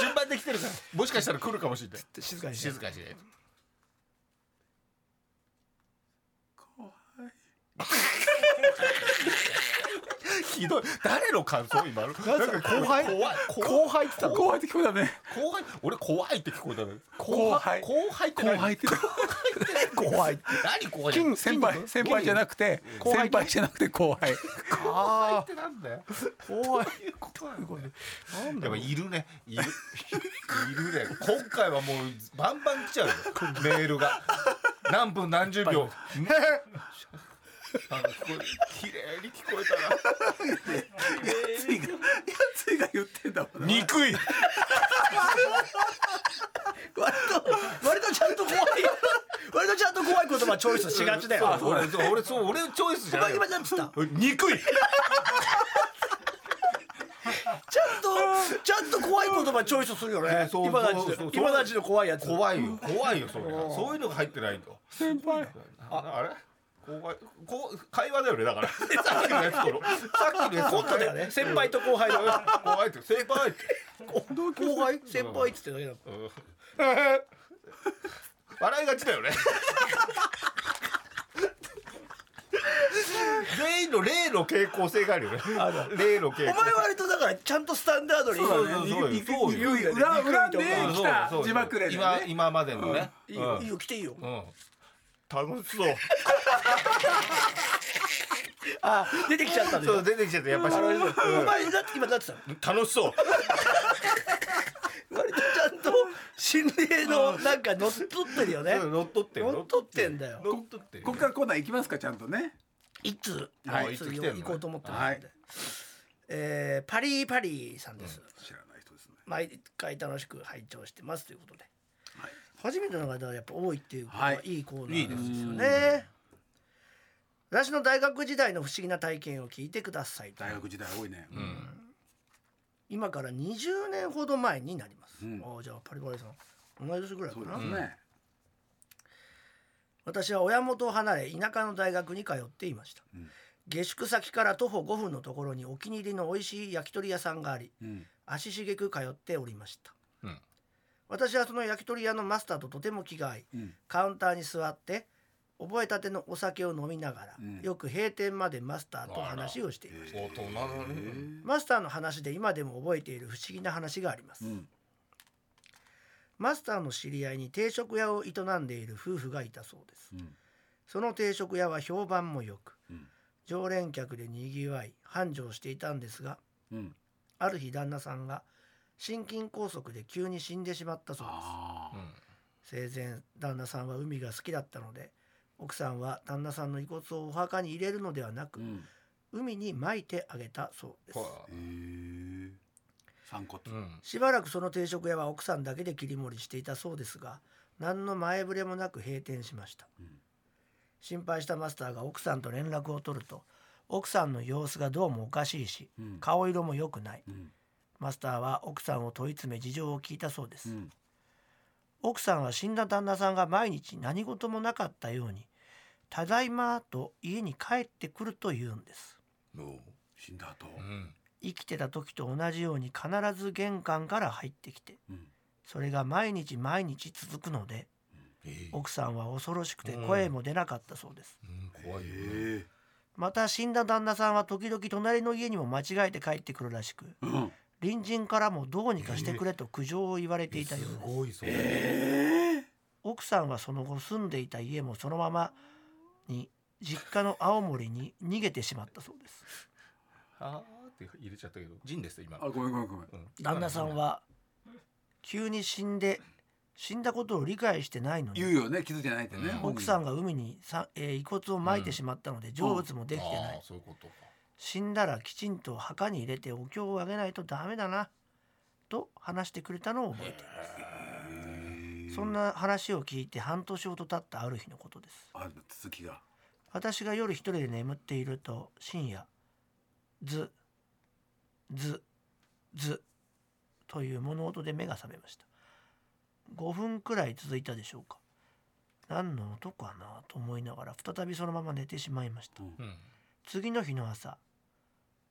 [SPEAKER 2] 順番で来てるからもしかしたら来るかもしれない
[SPEAKER 3] 静かにして
[SPEAKER 2] 静かにしないと怖いひどい誰の感想今のなんか
[SPEAKER 3] 後輩
[SPEAKER 2] 怖い怖い
[SPEAKER 3] 後輩って言ったの
[SPEAKER 4] 後輩って聞こえたね
[SPEAKER 2] 後輩俺怖いって聞こえたのよ
[SPEAKER 4] 後輩
[SPEAKER 2] 後輩って
[SPEAKER 4] 後
[SPEAKER 2] 何
[SPEAKER 4] 輩って
[SPEAKER 3] 後輩って
[SPEAKER 2] 何怖いって
[SPEAKER 3] 金
[SPEAKER 4] 先輩先輩じゃなくて先輩じゃなくて後輩
[SPEAKER 2] 怖いってなんだよ
[SPEAKER 3] 後輩
[SPEAKER 2] 怖い怖いでもいるねいるいるね今回はもうバンバン来ちゃうよメールが何分何十秒ねあの聞こえ綺麗に聞こえたな
[SPEAKER 4] やついがやついが言ってんだもんな
[SPEAKER 2] 憎い
[SPEAKER 3] 割と割とちゃんと怖い割とちゃんと怖い言葉チョイスしがちだよ
[SPEAKER 2] そう俺そう俺そう俺のチョイスじゃ
[SPEAKER 3] 今
[SPEAKER 2] ないよ
[SPEAKER 3] 今なんつった
[SPEAKER 2] 憎い
[SPEAKER 3] ちゃんとちゃんと怖い言葉チョイスするよね
[SPEAKER 2] そう
[SPEAKER 3] 今
[SPEAKER 2] そうそう
[SPEAKER 3] 立
[SPEAKER 2] そう
[SPEAKER 3] ち今立ちの怖いやつ
[SPEAKER 2] 怖いよ怖いよそれがそういうのが入ってないと
[SPEAKER 4] 先輩
[SPEAKER 2] ああれ怖いこう会話だよねだからさっきのやつとのさっきのやつ
[SPEAKER 3] コントだよね先輩と後輩の
[SPEAKER 2] 怖いって先輩って
[SPEAKER 3] 後輩先輩っつってだけだもん
[SPEAKER 2] 笑いがちだよね全員の例の傾向性があるよね例の傾向
[SPEAKER 3] お前割とだからちゃんとスタンダードに
[SPEAKER 2] そうだねそうよそうよ
[SPEAKER 3] いいよ
[SPEAKER 4] 裏裏で
[SPEAKER 2] うん
[SPEAKER 4] 来
[SPEAKER 2] そうよ
[SPEAKER 4] た
[SPEAKER 2] そうよ
[SPEAKER 4] 字幕例で
[SPEAKER 2] 今
[SPEAKER 4] ね
[SPEAKER 2] 今までのね
[SPEAKER 3] いいよいいよ来ていいよ
[SPEAKER 2] うん、うん、楽しそう
[SPEAKER 3] あ出てきちゃったの
[SPEAKER 2] そう
[SPEAKER 3] よ
[SPEAKER 2] 出てきちゃったやっぱし、
[SPEAKER 3] お前だ
[SPEAKER 2] うん
[SPEAKER 3] って今だってたの
[SPEAKER 2] 楽しそう
[SPEAKER 3] 割とちゃんと心霊のなんか乗っ取ってるよね
[SPEAKER 2] うん乗っ取ってる
[SPEAKER 3] 乗っ取ってんだよ
[SPEAKER 2] 乗っ取ってる
[SPEAKER 4] ここからコーナー行きますかちゃんとね
[SPEAKER 3] いつ、
[SPEAKER 2] はい
[SPEAKER 3] いつ
[SPEAKER 2] いつ来てん
[SPEAKER 3] 行
[SPEAKER 2] の
[SPEAKER 3] こうと思ってますんで、
[SPEAKER 4] は
[SPEAKER 3] えーパリーパリーさんです、
[SPEAKER 4] 知らない人ですね
[SPEAKER 3] 毎回楽しく拝聴してますということで、初めての方がやっぱ多いっていうことは
[SPEAKER 4] はいい
[SPEAKER 3] いいコーナーですよね、私の大学時代の不思議な体験を聞いてください
[SPEAKER 4] 大学時代多いね、
[SPEAKER 2] うん
[SPEAKER 3] 今から20年ほど前になります、
[SPEAKER 4] うん
[SPEAKER 3] おじゃあパリパリさん同い年ぐらいか
[SPEAKER 4] そうで
[SPEAKER 3] な、
[SPEAKER 4] すね、
[SPEAKER 3] 私は親元を離れ田舎の大学に通っていました、
[SPEAKER 4] うん
[SPEAKER 3] 下宿先から徒歩5分のところにお気に入りの美味しい焼き鳥屋さんがあり
[SPEAKER 4] うん
[SPEAKER 3] 足しげく通っておりました、
[SPEAKER 2] うん
[SPEAKER 3] 私はその焼き鳥屋のマスターととても気が合い
[SPEAKER 4] うん
[SPEAKER 3] カウンターに座って覚えたてのお酒を飲みながら、
[SPEAKER 4] うん
[SPEAKER 3] よく閉店までマスターと話をしていました
[SPEAKER 2] 大人だね
[SPEAKER 3] マスターの話で今でも覚えている不思議な話があります、
[SPEAKER 4] うん
[SPEAKER 3] マスターの知り合いに定食屋を営んでいる夫婦がいたそうです
[SPEAKER 4] うん
[SPEAKER 3] その定食屋は評判も良く、
[SPEAKER 4] うん
[SPEAKER 3] 常連客でにぎわい繁盛していたんですが
[SPEAKER 4] うん
[SPEAKER 3] ある日旦那さんが心筋梗塞で急に死んでしまったそう
[SPEAKER 4] あ
[SPEAKER 2] う
[SPEAKER 4] あ
[SPEAKER 2] ん
[SPEAKER 3] です生前旦那さんは海が好きだったので奥さんは旦那さんの遺骨をお墓に入れるのではなく、
[SPEAKER 4] うん
[SPEAKER 3] 海に撒いてあげたそうです
[SPEAKER 2] は
[SPEAKER 4] へえ散骨
[SPEAKER 2] いうん
[SPEAKER 3] しばらくその定食屋は奥さんだけで切り盛りしていたそうですが何の前触れもなく閉店しました、
[SPEAKER 4] うん
[SPEAKER 3] 心配したマスターが奥さんと連絡を取ると奥さんの様子がどうもおかしいし
[SPEAKER 4] うん
[SPEAKER 3] 顔色も良くない
[SPEAKER 4] うん
[SPEAKER 3] マスターは奥さんを問い詰め事情を聞いたそうです、
[SPEAKER 4] うん
[SPEAKER 3] 奥さんは死んだ旦那さんが毎日何事もなかったように「ただいま」と家に帰ってくると言うんです
[SPEAKER 4] お死んだ後
[SPEAKER 2] うん
[SPEAKER 3] 生きてた時と同じように必ず玄関から入ってきて
[SPEAKER 4] うん
[SPEAKER 3] それが毎日毎日続くので
[SPEAKER 2] えー
[SPEAKER 3] 奥さんは恐ろしくて声も出なかったそうです、
[SPEAKER 2] うん怖いよね
[SPEAKER 4] へえ
[SPEAKER 3] また死んだ旦那さんは時々隣の家にも間違えて帰ってくるらしく
[SPEAKER 4] うん
[SPEAKER 3] 隣人からもどうにかしてくれと苦情を言われていたようです
[SPEAKER 2] すごいぞ
[SPEAKER 3] 奥さんはその後住んでいた家もそのままに実家の青森に逃げてしまったそうです
[SPEAKER 2] あーって入れちゃったけどジンです今
[SPEAKER 4] あごめんごめんごめん
[SPEAKER 2] うん
[SPEAKER 3] 旦那さんは急に死んで死んだことを理解してないの
[SPEAKER 4] 言う
[SPEAKER 3] に
[SPEAKER 4] よね気づいてないってね
[SPEAKER 2] うん
[SPEAKER 4] 本
[SPEAKER 3] 奥
[SPEAKER 4] 人
[SPEAKER 3] さんが海にさ、えー遺骨を撒いてしまったので成仏もできてない、
[SPEAKER 2] あーそういうことか
[SPEAKER 3] 死んだらきちんと墓に入れてお経をあげないとダメだなと話してくれたのを覚えていますそんな話を聞いて半年ほど経ったある日のことです
[SPEAKER 4] あ続きが
[SPEAKER 3] 私が夜一人で眠っていると深夜ズズズという物音で目が覚めました5分くらい続いたでしょうか何の音かなと思いながら再びそのまま寝てしまいました
[SPEAKER 2] うん
[SPEAKER 3] 次の日の朝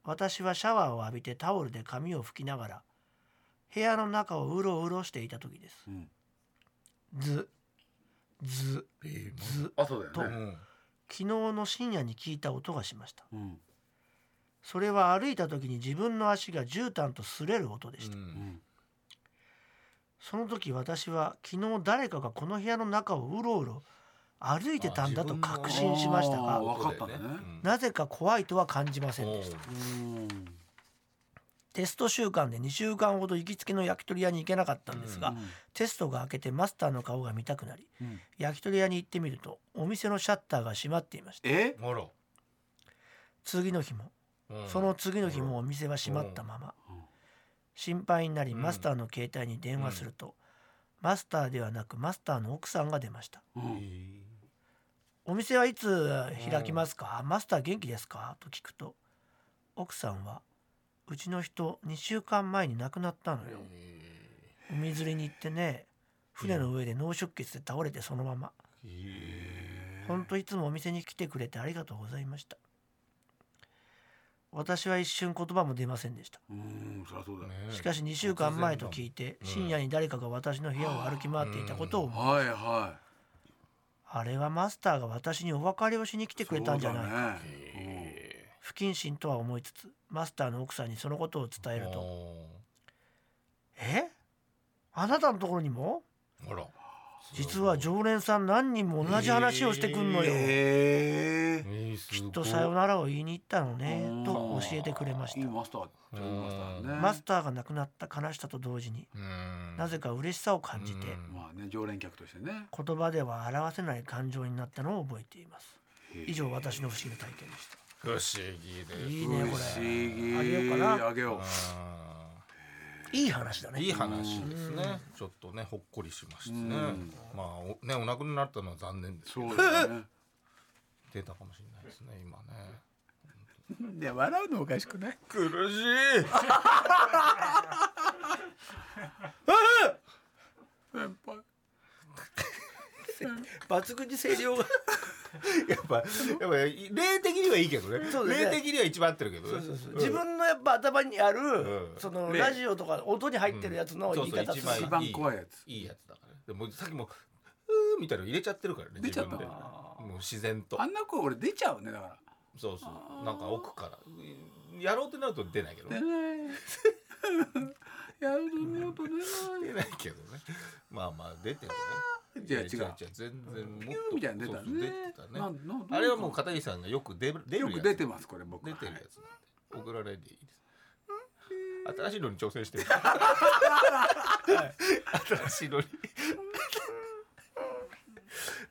[SPEAKER 3] 私はシャワーを浴びてタオルで髪を拭きながら部屋の中をうろうろしていた時です
[SPEAKER 4] うん
[SPEAKER 3] ズズ
[SPEAKER 2] えー
[SPEAKER 3] ズ
[SPEAKER 4] あそう
[SPEAKER 3] と
[SPEAKER 4] だよね
[SPEAKER 2] うん
[SPEAKER 3] 昨日の深夜に聞いた音がしました
[SPEAKER 4] うん
[SPEAKER 3] それは歩いた時に自分の足が絨毯と擦れる音で
[SPEAKER 2] う
[SPEAKER 3] した、
[SPEAKER 4] うんん
[SPEAKER 3] その時私は昨日誰かがこの部屋の中をうろうろ歩いてたんだと確信しました
[SPEAKER 4] あ
[SPEAKER 3] が
[SPEAKER 4] 分かったんだね
[SPEAKER 2] うん
[SPEAKER 3] なぜか怖いとは感じませんでした
[SPEAKER 4] うん
[SPEAKER 3] テスト週間で2週間ほど行きつけの焼き鳥屋に行けなかったんですが、
[SPEAKER 4] うん
[SPEAKER 3] テストが明けてマスターの顔が見たくなり
[SPEAKER 4] うん
[SPEAKER 3] 焼き鳥屋に行ってみるとお店のシャッターが閉まっていました
[SPEAKER 4] え
[SPEAKER 2] あら
[SPEAKER 3] 次の日も
[SPEAKER 2] うん
[SPEAKER 3] その次の日もお店は閉まったまま
[SPEAKER 4] うん
[SPEAKER 3] 心配になり
[SPEAKER 2] うん
[SPEAKER 3] マスターの携帯に電話するとマスターではなくマスターの奥さんが出ました
[SPEAKER 4] う
[SPEAKER 2] え
[SPEAKER 4] ん
[SPEAKER 2] ー
[SPEAKER 3] お店はいつ開きますかマスター元気ですかと聞くと奥さんはうちの人2週間前に亡くなったのよ海釣りに行ってね船の上で脳出血で倒れてそのまま
[SPEAKER 2] えー
[SPEAKER 3] ほんといつもお店に来てくれてありがとうございました。私は一瞬言葉も出ませんでした。
[SPEAKER 4] うんそりゃそうだよ
[SPEAKER 2] ね
[SPEAKER 3] しかし2週間前と聞いて
[SPEAKER 2] うん
[SPEAKER 3] 深夜に誰かが私の部屋を歩き回っていたことを思う
[SPEAKER 4] はいは
[SPEAKER 3] あれはマスターが私にお別れをしに来
[SPEAKER 4] い
[SPEAKER 3] てくれたんじゃないか
[SPEAKER 4] ない
[SPEAKER 2] え
[SPEAKER 3] 不謹慎とは思いつつマスターの奥さんにそのことを伝え
[SPEAKER 2] ー
[SPEAKER 3] ると「
[SPEAKER 2] あ
[SPEAKER 3] えあなたのところにも
[SPEAKER 2] ーあら
[SPEAKER 3] 実は
[SPEAKER 2] ょ
[SPEAKER 3] 常連さん何人も同じ話をしてくんのよ」
[SPEAKER 4] ええ
[SPEAKER 3] きっとさよならを言いに行ったのね
[SPEAKER 4] うん」
[SPEAKER 3] と教えてくれまし
[SPEAKER 4] いい
[SPEAKER 3] た
[SPEAKER 4] マスターちょいいマスターだね
[SPEAKER 3] マスターが亡くなった悲しさと同時に
[SPEAKER 2] うん
[SPEAKER 3] なぜか嬉しさを感じて
[SPEAKER 2] うん
[SPEAKER 4] まあね常連客としてね
[SPEAKER 3] 言葉では表せない感情になったのを覚えています
[SPEAKER 4] へえ
[SPEAKER 3] 以上私の不思議な体験でし
[SPEAKER 2] 不思議
[SPEAKER 3] た
[SPEAKER 2] で
[SPEAKER 3] い
[SPEAKER 2] す
[SPEAKER 3] いねこ
[SPEAKER 4] 不思
[SPEAKER 3] れ
[SPEAKER 4] 議
[SPEAKER 3] あげようかな
[SPEAKER 4] あげよ
[SPEAKER 3] いい話だ
[SPEAKER 2] うん
[SPEAKER 3] ね
[SPEAKER 2] いい話ですねちょっとねほっこりしましたね
[SPEAKER 4] うん
[SPEAKER 2] まあおねお亡くなりになったのは残念で
[SPEAKER 4] う
[SPEAKER 2] す
[SPEAKER 4] そうだね
[SPEAKER 2] てたかもしれないですね今ね
[SPEAKER 4] で笑うのおかしくない
[SPEAKER 2] 苦しい
[SPEAKER 4] 先輩
[SPEAKER 3] 抜群に声量が
[SPEAKER 2] やっぱやっぱ霊的にはいいけどね
[SPEAKER 3] そうですね
[SPEAKER 2] 霊的には一番合ってるけどね
[SPEAKER 3] そうそうそう
[SPEAKER 2] うん
[SPEAKER 3] 自分のやっぱ頭にある、
[SPEAKER 2] ん
[SPEAKER 3] その
[SPEAKER 4] ね
[SPEAKER 3] ラジオとか音に入ってるやつの
[SPEAKER 2] うん
[SPEAKER 3] 言い方
[SPEAKER 2] そう
[SPEAKER 3] す
[SPEAKER 2] そう
[SPEAKER 3] る
[SPEAKER 4] 一
[SPEAKER 2] 一
[SPEAKER 4] 番怖いやつ
[SPEAKER 2] いいやつだからねでもさっきも「うー」みたいなの入れちゃってるからね
[SPEAKER 4] 出ちゃった
[SPEAKER 2] 自分でもう自然と
[SPEAKER 4] あんな声俺出ちゃうねだか
[SPEAKER 2] そうそうなんか奥からうんやろうってなると出ないけど
[SPEAKER 4] ら出
[SPEAKER 2] ね
[SPEAKER 4] ない やると見ようと出ない
[SPEAKER 2] 出ないけどねまあまあ出てるね
[SPEAKER 4] いや違う
[SPEAKER 2] 違う全然もっと
[SPEAKER 4] ピューみたいなの出た
[SPEAKER 2] そうそ
[SPEAKER 4] ね
[SPEAKER 2] う出てたね
[SPEAKER 4] なんなん
[SPEAKER 2] あれはもう片桐さんがよく出る出る
[SPEAKER 4] よ
[SPEAKER 2] やつ
[SPEAKER 4] く出てますこれ僕
[SPEAKER 2] 出てる
[SPEAKER 4] は
[SPEAKER 2] や
[SPEAKER 4] い
[SPEAKER 2] つなんで送られでいいです新しいのに挑戦してる新しいのに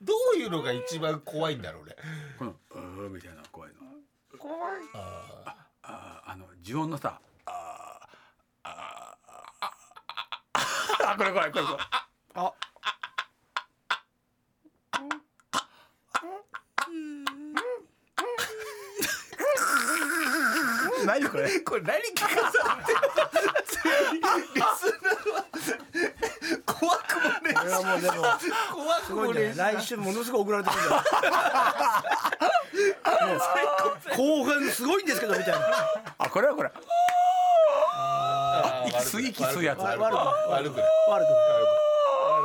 [SPEAKER 2] どういうのが一番怖いんだろうね
[SPEAKER 4] この「うー」みたいな怖いの
[SPEAKER 2] あ
[SPEAKER 4] あーあの呪音のさ「あーあー あーあーこれこれこれこれ
[SPEAKER 3] あ
[SPEAKER 4] 何これ
[SPEAKER 2] ーこれ何聞かさってるリスナーは怖くもね
[SPEAKER 3] これはもうでも
[SPEAKER 2] 怖
[SPEAKER 3] す
[SPEAKER 2] く
[SPEAKER 3] ごい
[SPEAKER 2] もね
[SPEAKER 3] ね来週ものすごい送られてくるんだ後半すごいんですけ どみたいな
[SPEAKER 4] あこれはこれ
[SPEAKER 2] あー
[SPEAKER 4] 息吸い息吸うやつ
[SPEAKER 2] 悪くない悪くない
[SPEAKER 3] 悪くない
[SPEAKER 2] 悪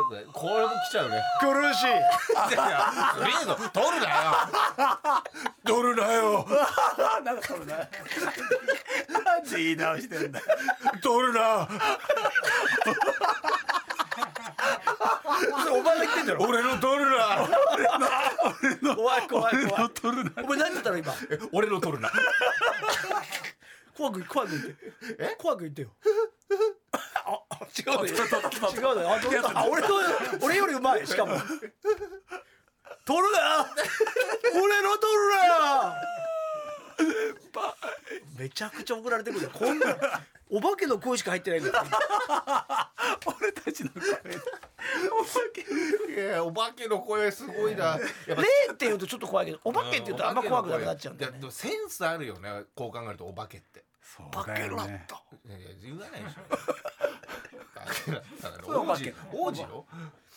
[SPEAKER 2] くないこれも来ちゃうね
[SPEAKER 3] 苦しい
[SPEAKER 2] いやいやとりあえず取るなよ
[SPEAKER 4] 乗るなよ なんか乗るななんで言い直してんだ乗るな
[SPEAKER 3] それお前が言ってんだろ
[SPEAKER 2] 俺の取るな
[SPEAKER 3] 怖い怖い怖い
[SPEAKER 4] 乗るな
[SPEAKER 3] お前何て言ったの今
[SPEAKER 2] 俺の取るな
[SPEAKER 3] 怖く怖く言ってえ怖く言ってよ あ違うね違うねあどうだあ俺と俺よりうまいしかも取るな俺の取るなめちゃくちゃ送られてくるよこんなお化けの声しか入ってないんだよ
[SPEAKER 4] 俺たちの声
[SPEAKER 2] いやお化けの声すごいな。やっぱ
[SPEAKER 3] 霊って言うとちょっと怖いけどお化けって言うとあんま怖くなくなっちゃうんだよ
[SPEAKER 2] い
[SPEAKER 3] ね
[SPEAKER 2] やでもセンスあるよね。こう考えるとお化けって。
[SPEAKER 4] そ
[SPEAKER 3] 化
[SPEAKER 4] うだ
[SPEAKER 3] け
[SPEAKER 4] よ
[SPEAKER 3] ラッ
[SPEAKER 4] ね
[SPEAKER 3] ト
[SPEAKER 2] いやいや言わないでし ょ。バケラッタだ
[SPEAKER 4] それは
[SPEAKER 2] ろ。
[SPEAKER 4] お
[SPEAKER 2] 王
[SPEAKER 4] 化
[SPEAKER 2] 子
[SPEAKER 4] け
[SPEAKER 2] 王子の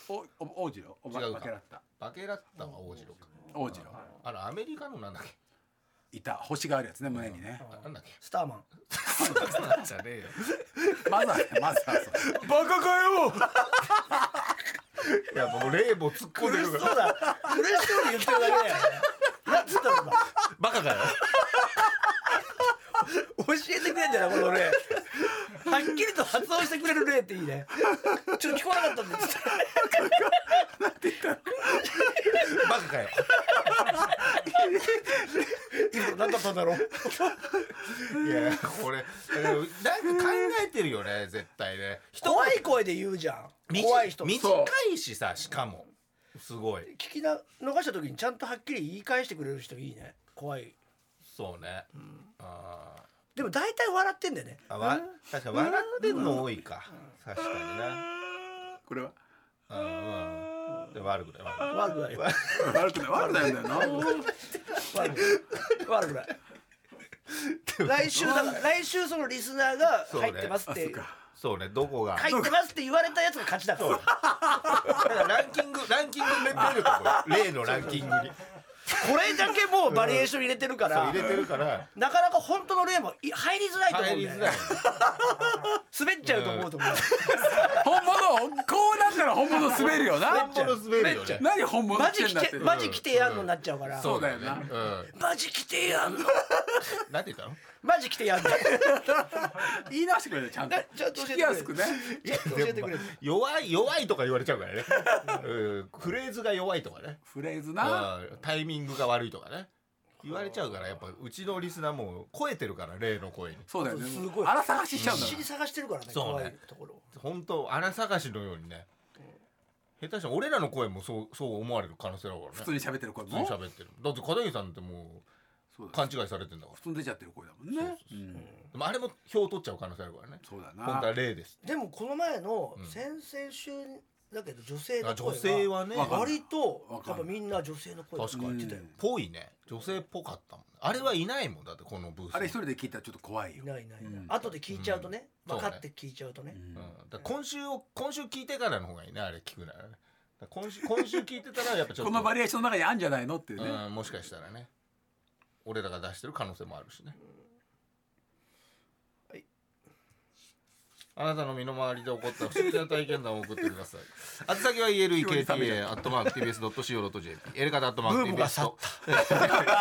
[SPEAKER 4] おお王子よおば
[SPEAKER 2] 違うか
[SPEAKER 4] バケラッタ
[SPEAKER 2] バケラッタは王子のか。
[SPEAKER 4] 王子よ
[SPEAKER 2] あのアメリカのなん だっけ。
[SPEAKER 4] いた星があるやつね胸にね
[SPEAKER 2] あなんだっけ。
[SPEAKER 3] スターマン
[SPEAKER 2] じゃねえよ。
[SPEAKER 4] まずはまずはそう
[SPEAKER 2] バカかよ。やっぱもう霊も突っ込ん
[SPEAKER 3] 苦
[SPEAKER 2] で
[SPEAKER 3] し
[SPEAKER 2] る
[SPEAKER 3] そう
[SPEAKER 2] から。
[SPEAKER 3] だ苦しそうに言ってるだけだよね何つったの今
[SPEAKER 2] バカかよ。
[SPEAKER 3] 教えてくれんじゃないこの例はっきりと発音してくれる例っていいねちょっと聞こえなかったんで
[SPEAKER 2] バカかよ。
[SPEAKER 3] 今何だったんだろう
[SPEAKER 2] いやこれなんか考えてるよね絶対ね。人
[SPEAKER 3] 怖い声で言うじゃん怖い人聞
[SPEAKER 2] 短いしさしかもすごい
[SPEAKER 3] きな逃した時にちゃんとはっきり言い返してくれる人いいね怖い
[SPEAKER 2] そうね、あ
[SPEAKER 3] でも大体笑ってんだよね
[SPEAKER 2] ーあわ確か笑ってんの多いか、確かにな
[SPEAKER 4] これは
[SPEAKER 2] うんうんで悪くない悪くない
[SPEAKER 3] 悪くない悪
[SPEAKER 4] 悪くない悪くないんだよ
[SPEAKER 3] く
[SPEAKER 4] な
[SPEAKER 3] ない悪くない来週だから来週そのリスナーが入ってますって、
[SPEAKER 2] そうねどこが
[SPEAKER 3] 入ってますって言われたやつが勝ちだから
[SPEAKER 2] だからランキングランキング出てるとこれ 例のランキングに
[SPEAKER 3] これだけもうバリエーション入れてるか
[SPEAKER 2] そう
[SPEAKER 3] ら、
[SPEAKER 2] 入れてるから
[SPEAKER 3] なかなか本当の例もい入りづらいと思う
[SPEAKER 2] 入
[SPEAKER 3] ん
[SPEAKER 2] り
[SPEAKER 3] だよ
[SPEAKER 2] づ
[SPEAKER 3] ね
[SPEAKER 2] らい
[SPEAKER 3] 滑っちゃうと思うと思う、
[SPEAKER 4] 本物こうなったら本物滑るよな
[SPEAKER 2] 本物滑るよね
[SPEAKER 4] 何本物
[SPEAKER 3] マ
[SPEAKER 4] っ
[SPEAKER 3] ジ
[SPEAKER 4] てん
[SPEAKER 3] 来
[SPEAKER 4] だってて
[SPEAKER 3] マジ来てやんのになっちゃうから、
[SPEAKER 4] そうだよな
[SPEAKER 2] ねうん
[SPEAKER 3] マジ来てやんの
[SPEAKER 2] なんて言ったの
[SPEAKER 3] マジ来てやんの
[SPEAKER 4] 言い直してくれてちゃんと
[SPEAKER 3] ねちゃんと教え
[SPEAKER 4] 聞
[SPEAKER 3] てくれる
[SPEAKER 4] きやすくね
[SPEAKER 2] いや
[SPEAKER 3] 教えてくれ
[SPEAKER 2] でも弱い弱いとか言われちゃうからね、うん、フレーズが弱いとかね
[SPEAKER 4] フレーズな
[SPEAKER 2] うんタイミングが悪いとかね言われちゃうからやっぱうちのリスナーも超えてるから例の声に
[SPEAKER 4] そうだよね
[SPEAKER 3] すごい
[SPEAKER 4] 荒探ししちゃ
[SPEAKER 3] 必
[SPEAKER 4] うんだ
[SPEAKER 3] 死
[SPEAKER 4] か
[SPEAKER 3] に探してるからね
[SPEAKER 2] そうね
[SPEAKER 3] 怖いところ
[SPEAKER 2] 本当穴探しのようにね下手したら俺らの声もそうそう思われる可能性だからね
[SPEAKER 4] ら普通に喋ってる声
[SPEAKER 2] 普通に
[SPEAKER 4] も
[SPEAKER 2] 喋ってるだって片桐さんっても
[SPEAKER 4] そう
[SPEAKER 2] う
[SPEAKER 4] だよ
[SPEAKER 2] 勘違いされてんだから
[SPEAKER 4] 普通に出ちゃってる声だもんねうん
[SPEAKER 2] でもあれも票取っちゃう可能性あるからね
[SPEAKER 4] そうだ
[SPEAKER 2] 本当は
[SPEAKER 4] な
[SPEAKER 2] 例です
[SPEAKER 3] でもこの前の
[SPEAKER 2] うん
[SPEAKER 3] 先々週だけど女性の
[SPEAKER 2] あ
[SPEAKER 3] 声が
[SPEAKER 2] 女性はね
[SPEAKER 4] わかる
[SPEAKER 3] 割と
[SPEAKER 4] わかる
[SPEAKER 3] やっぱみんな女性の声
[SPEAKER 2] 確か
[SPEAKER 3] 言っ
[SPEAKER 2] に
[SPEAKER 3] てたよ、
[SPEAKER 2] ぽいね女性っぽかったもんあれはいないもんだってこのブースに
[SPEAKER 4] あれ一人で聞いたらちょっと怖い
[SPEAKER 3] い
[SPEAKER 4] よ。
[SPEAKER 3] ないいないいない、
[SPEAKER 4] うん
[SPEAKER 3] 後で聞いちゃうとね、
[SPEAKER 2] うん
[SPEAKER 3] 分かって聞いちゃうとね、
[SPEAKER 2] うんだから今週を今週聞いてからの方がいいねあれ聞くならねだから今週今週聞いてたらやっぱちょっと
[SPEAKER 4] このバリエーションの中にあるんじゃないのっていうね。
[SPEAKER 2] うんもしかしたらね俺らが出してる可能性もあるし
[SPEAKER 3] は
[SPEAKER 2] ね、
[SPEAKER 3] い
[SPEAKER 2] あなたの身の回りで起こった不思議な体験談を送ってください。 あつ先は ELEKTA アットマーク TBS.CO.JP エレカタアットマーク TBS.CO.JP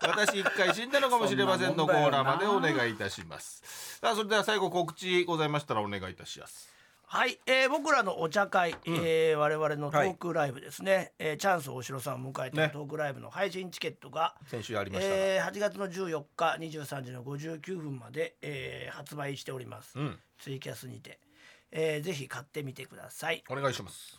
[SPEAKER 2] 私一回死んだのかもしれませんのコーナーまでお願いいたします。さあそれでは最後告知ございましたらお願いいたします。
[SPEAKER 3] はい、えー僕らのお茶会、えー我々のトークライブですね、えーチャンス大城さんを迎えての
[SPEAKER 2] ね
[SPEAKER 3] トークライブの配信チケットが、
[SPEAKER 2] 先週ありましたが、
[SPEAKER 3] えー8月の14日23時の59分まで、えー発売しております、
[SPEAKER 2] うん
[SPEAKER 3] ツイキャスにて、えーぜひ買ってみてください、
[SPEAKER 2] お願いします。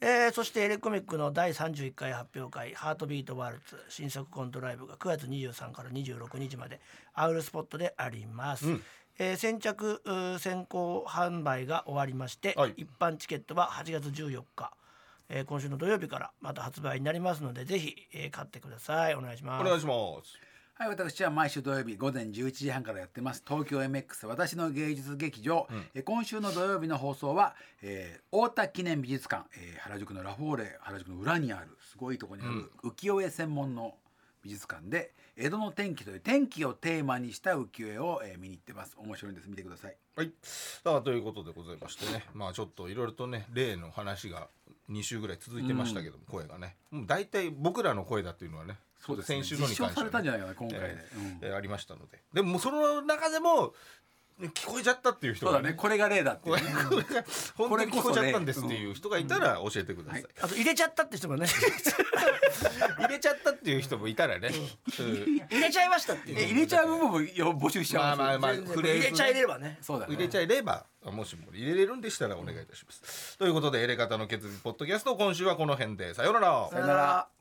[SPEAKER 3] えーそしてエレコミックの第31回発表会「ハートビートワルツ」新作コントライブが9月23から26日までアウルスポットであります、えー先着うー先行販売が終わりまして、
[SPEAKER 2] はい
[SPEAKER 3] 一般チケットは8月14日、えー今週の土曜日からまた発売になりますのでぜひ、えー買ってくださいお願いします
[SPEAKER 2] お願いします。
[SPEAKER 4] はい、私は毎週土曜日午前11時半からやってます東京 MX 私の芸術劇場、えー今週の土曜日の放送は、えー太田記念美術館、えー原宿のラフォーレ原宿の裏にあるすごいとこにある浮世絵専門の美術館で「江戸の天気」という天気をテーマにした浮世絵を、えー見に行ってます面白いんです見てください
[SPEAKER 2] はい、さあということでございましてねまあちょっといろいろとね例の話が2週ぐらい続いてましたけども、声がねもう大体僕らの声だっていうのはね
[SPEAKER 4] ね
[SPEAKER 2] 先週のに
[SPEAKER 4] 実
[SPEAKER 2] 関して
[SPEAKER 4] 証さ
[SPEAKER 2] は
[SPEAKER 4] れ
[SPEAKER 2] ね
[SPEAKER 4] たんじゃないかな今回で、
[SPEAKER 2] ええ
[SPEAKER 4] うん
[SPEAKER 2] ええありましたのででももうその中でもね聞こえちゃったっていう人
[SPEAKER 4] そうだねこれが例だってい
[SPEAKER 2] こ
[SPEAKER 4] う
[SPEAKER 2] れ
[SPEAKER 4] ね、
[SPEAKER 2] これが本当に聞こえちゃったんですっていう人がいたら教えてください、
[SPEAKER 3] あと入れちゃったって人もね
[SPEAKER 2] 入れちゃったっていう人もいたらね、うん
[SPEAKER 3] 入れちゃいましたっていう
[SPEAKER 4] え入れちゃう部分もよ募集しちゃうんで
[SPEAKER 2] まあ
[SPEAKER 4] すよ
[SPEAKER 2] まあまあ
[SPEAKER 4] 全然
[SPEAKER 2] フレーズね
[SPEAKER 3] 入れちゃいればね
[SPEAKER 4] そうだね
[SPEAKER 2] 入れちゃえればもしも入れれるんでしたらお願いいたします、ということでエレガタの決意ポッドキャスト今週はこの辺でさようなら
[SPEAKER 4] さよなら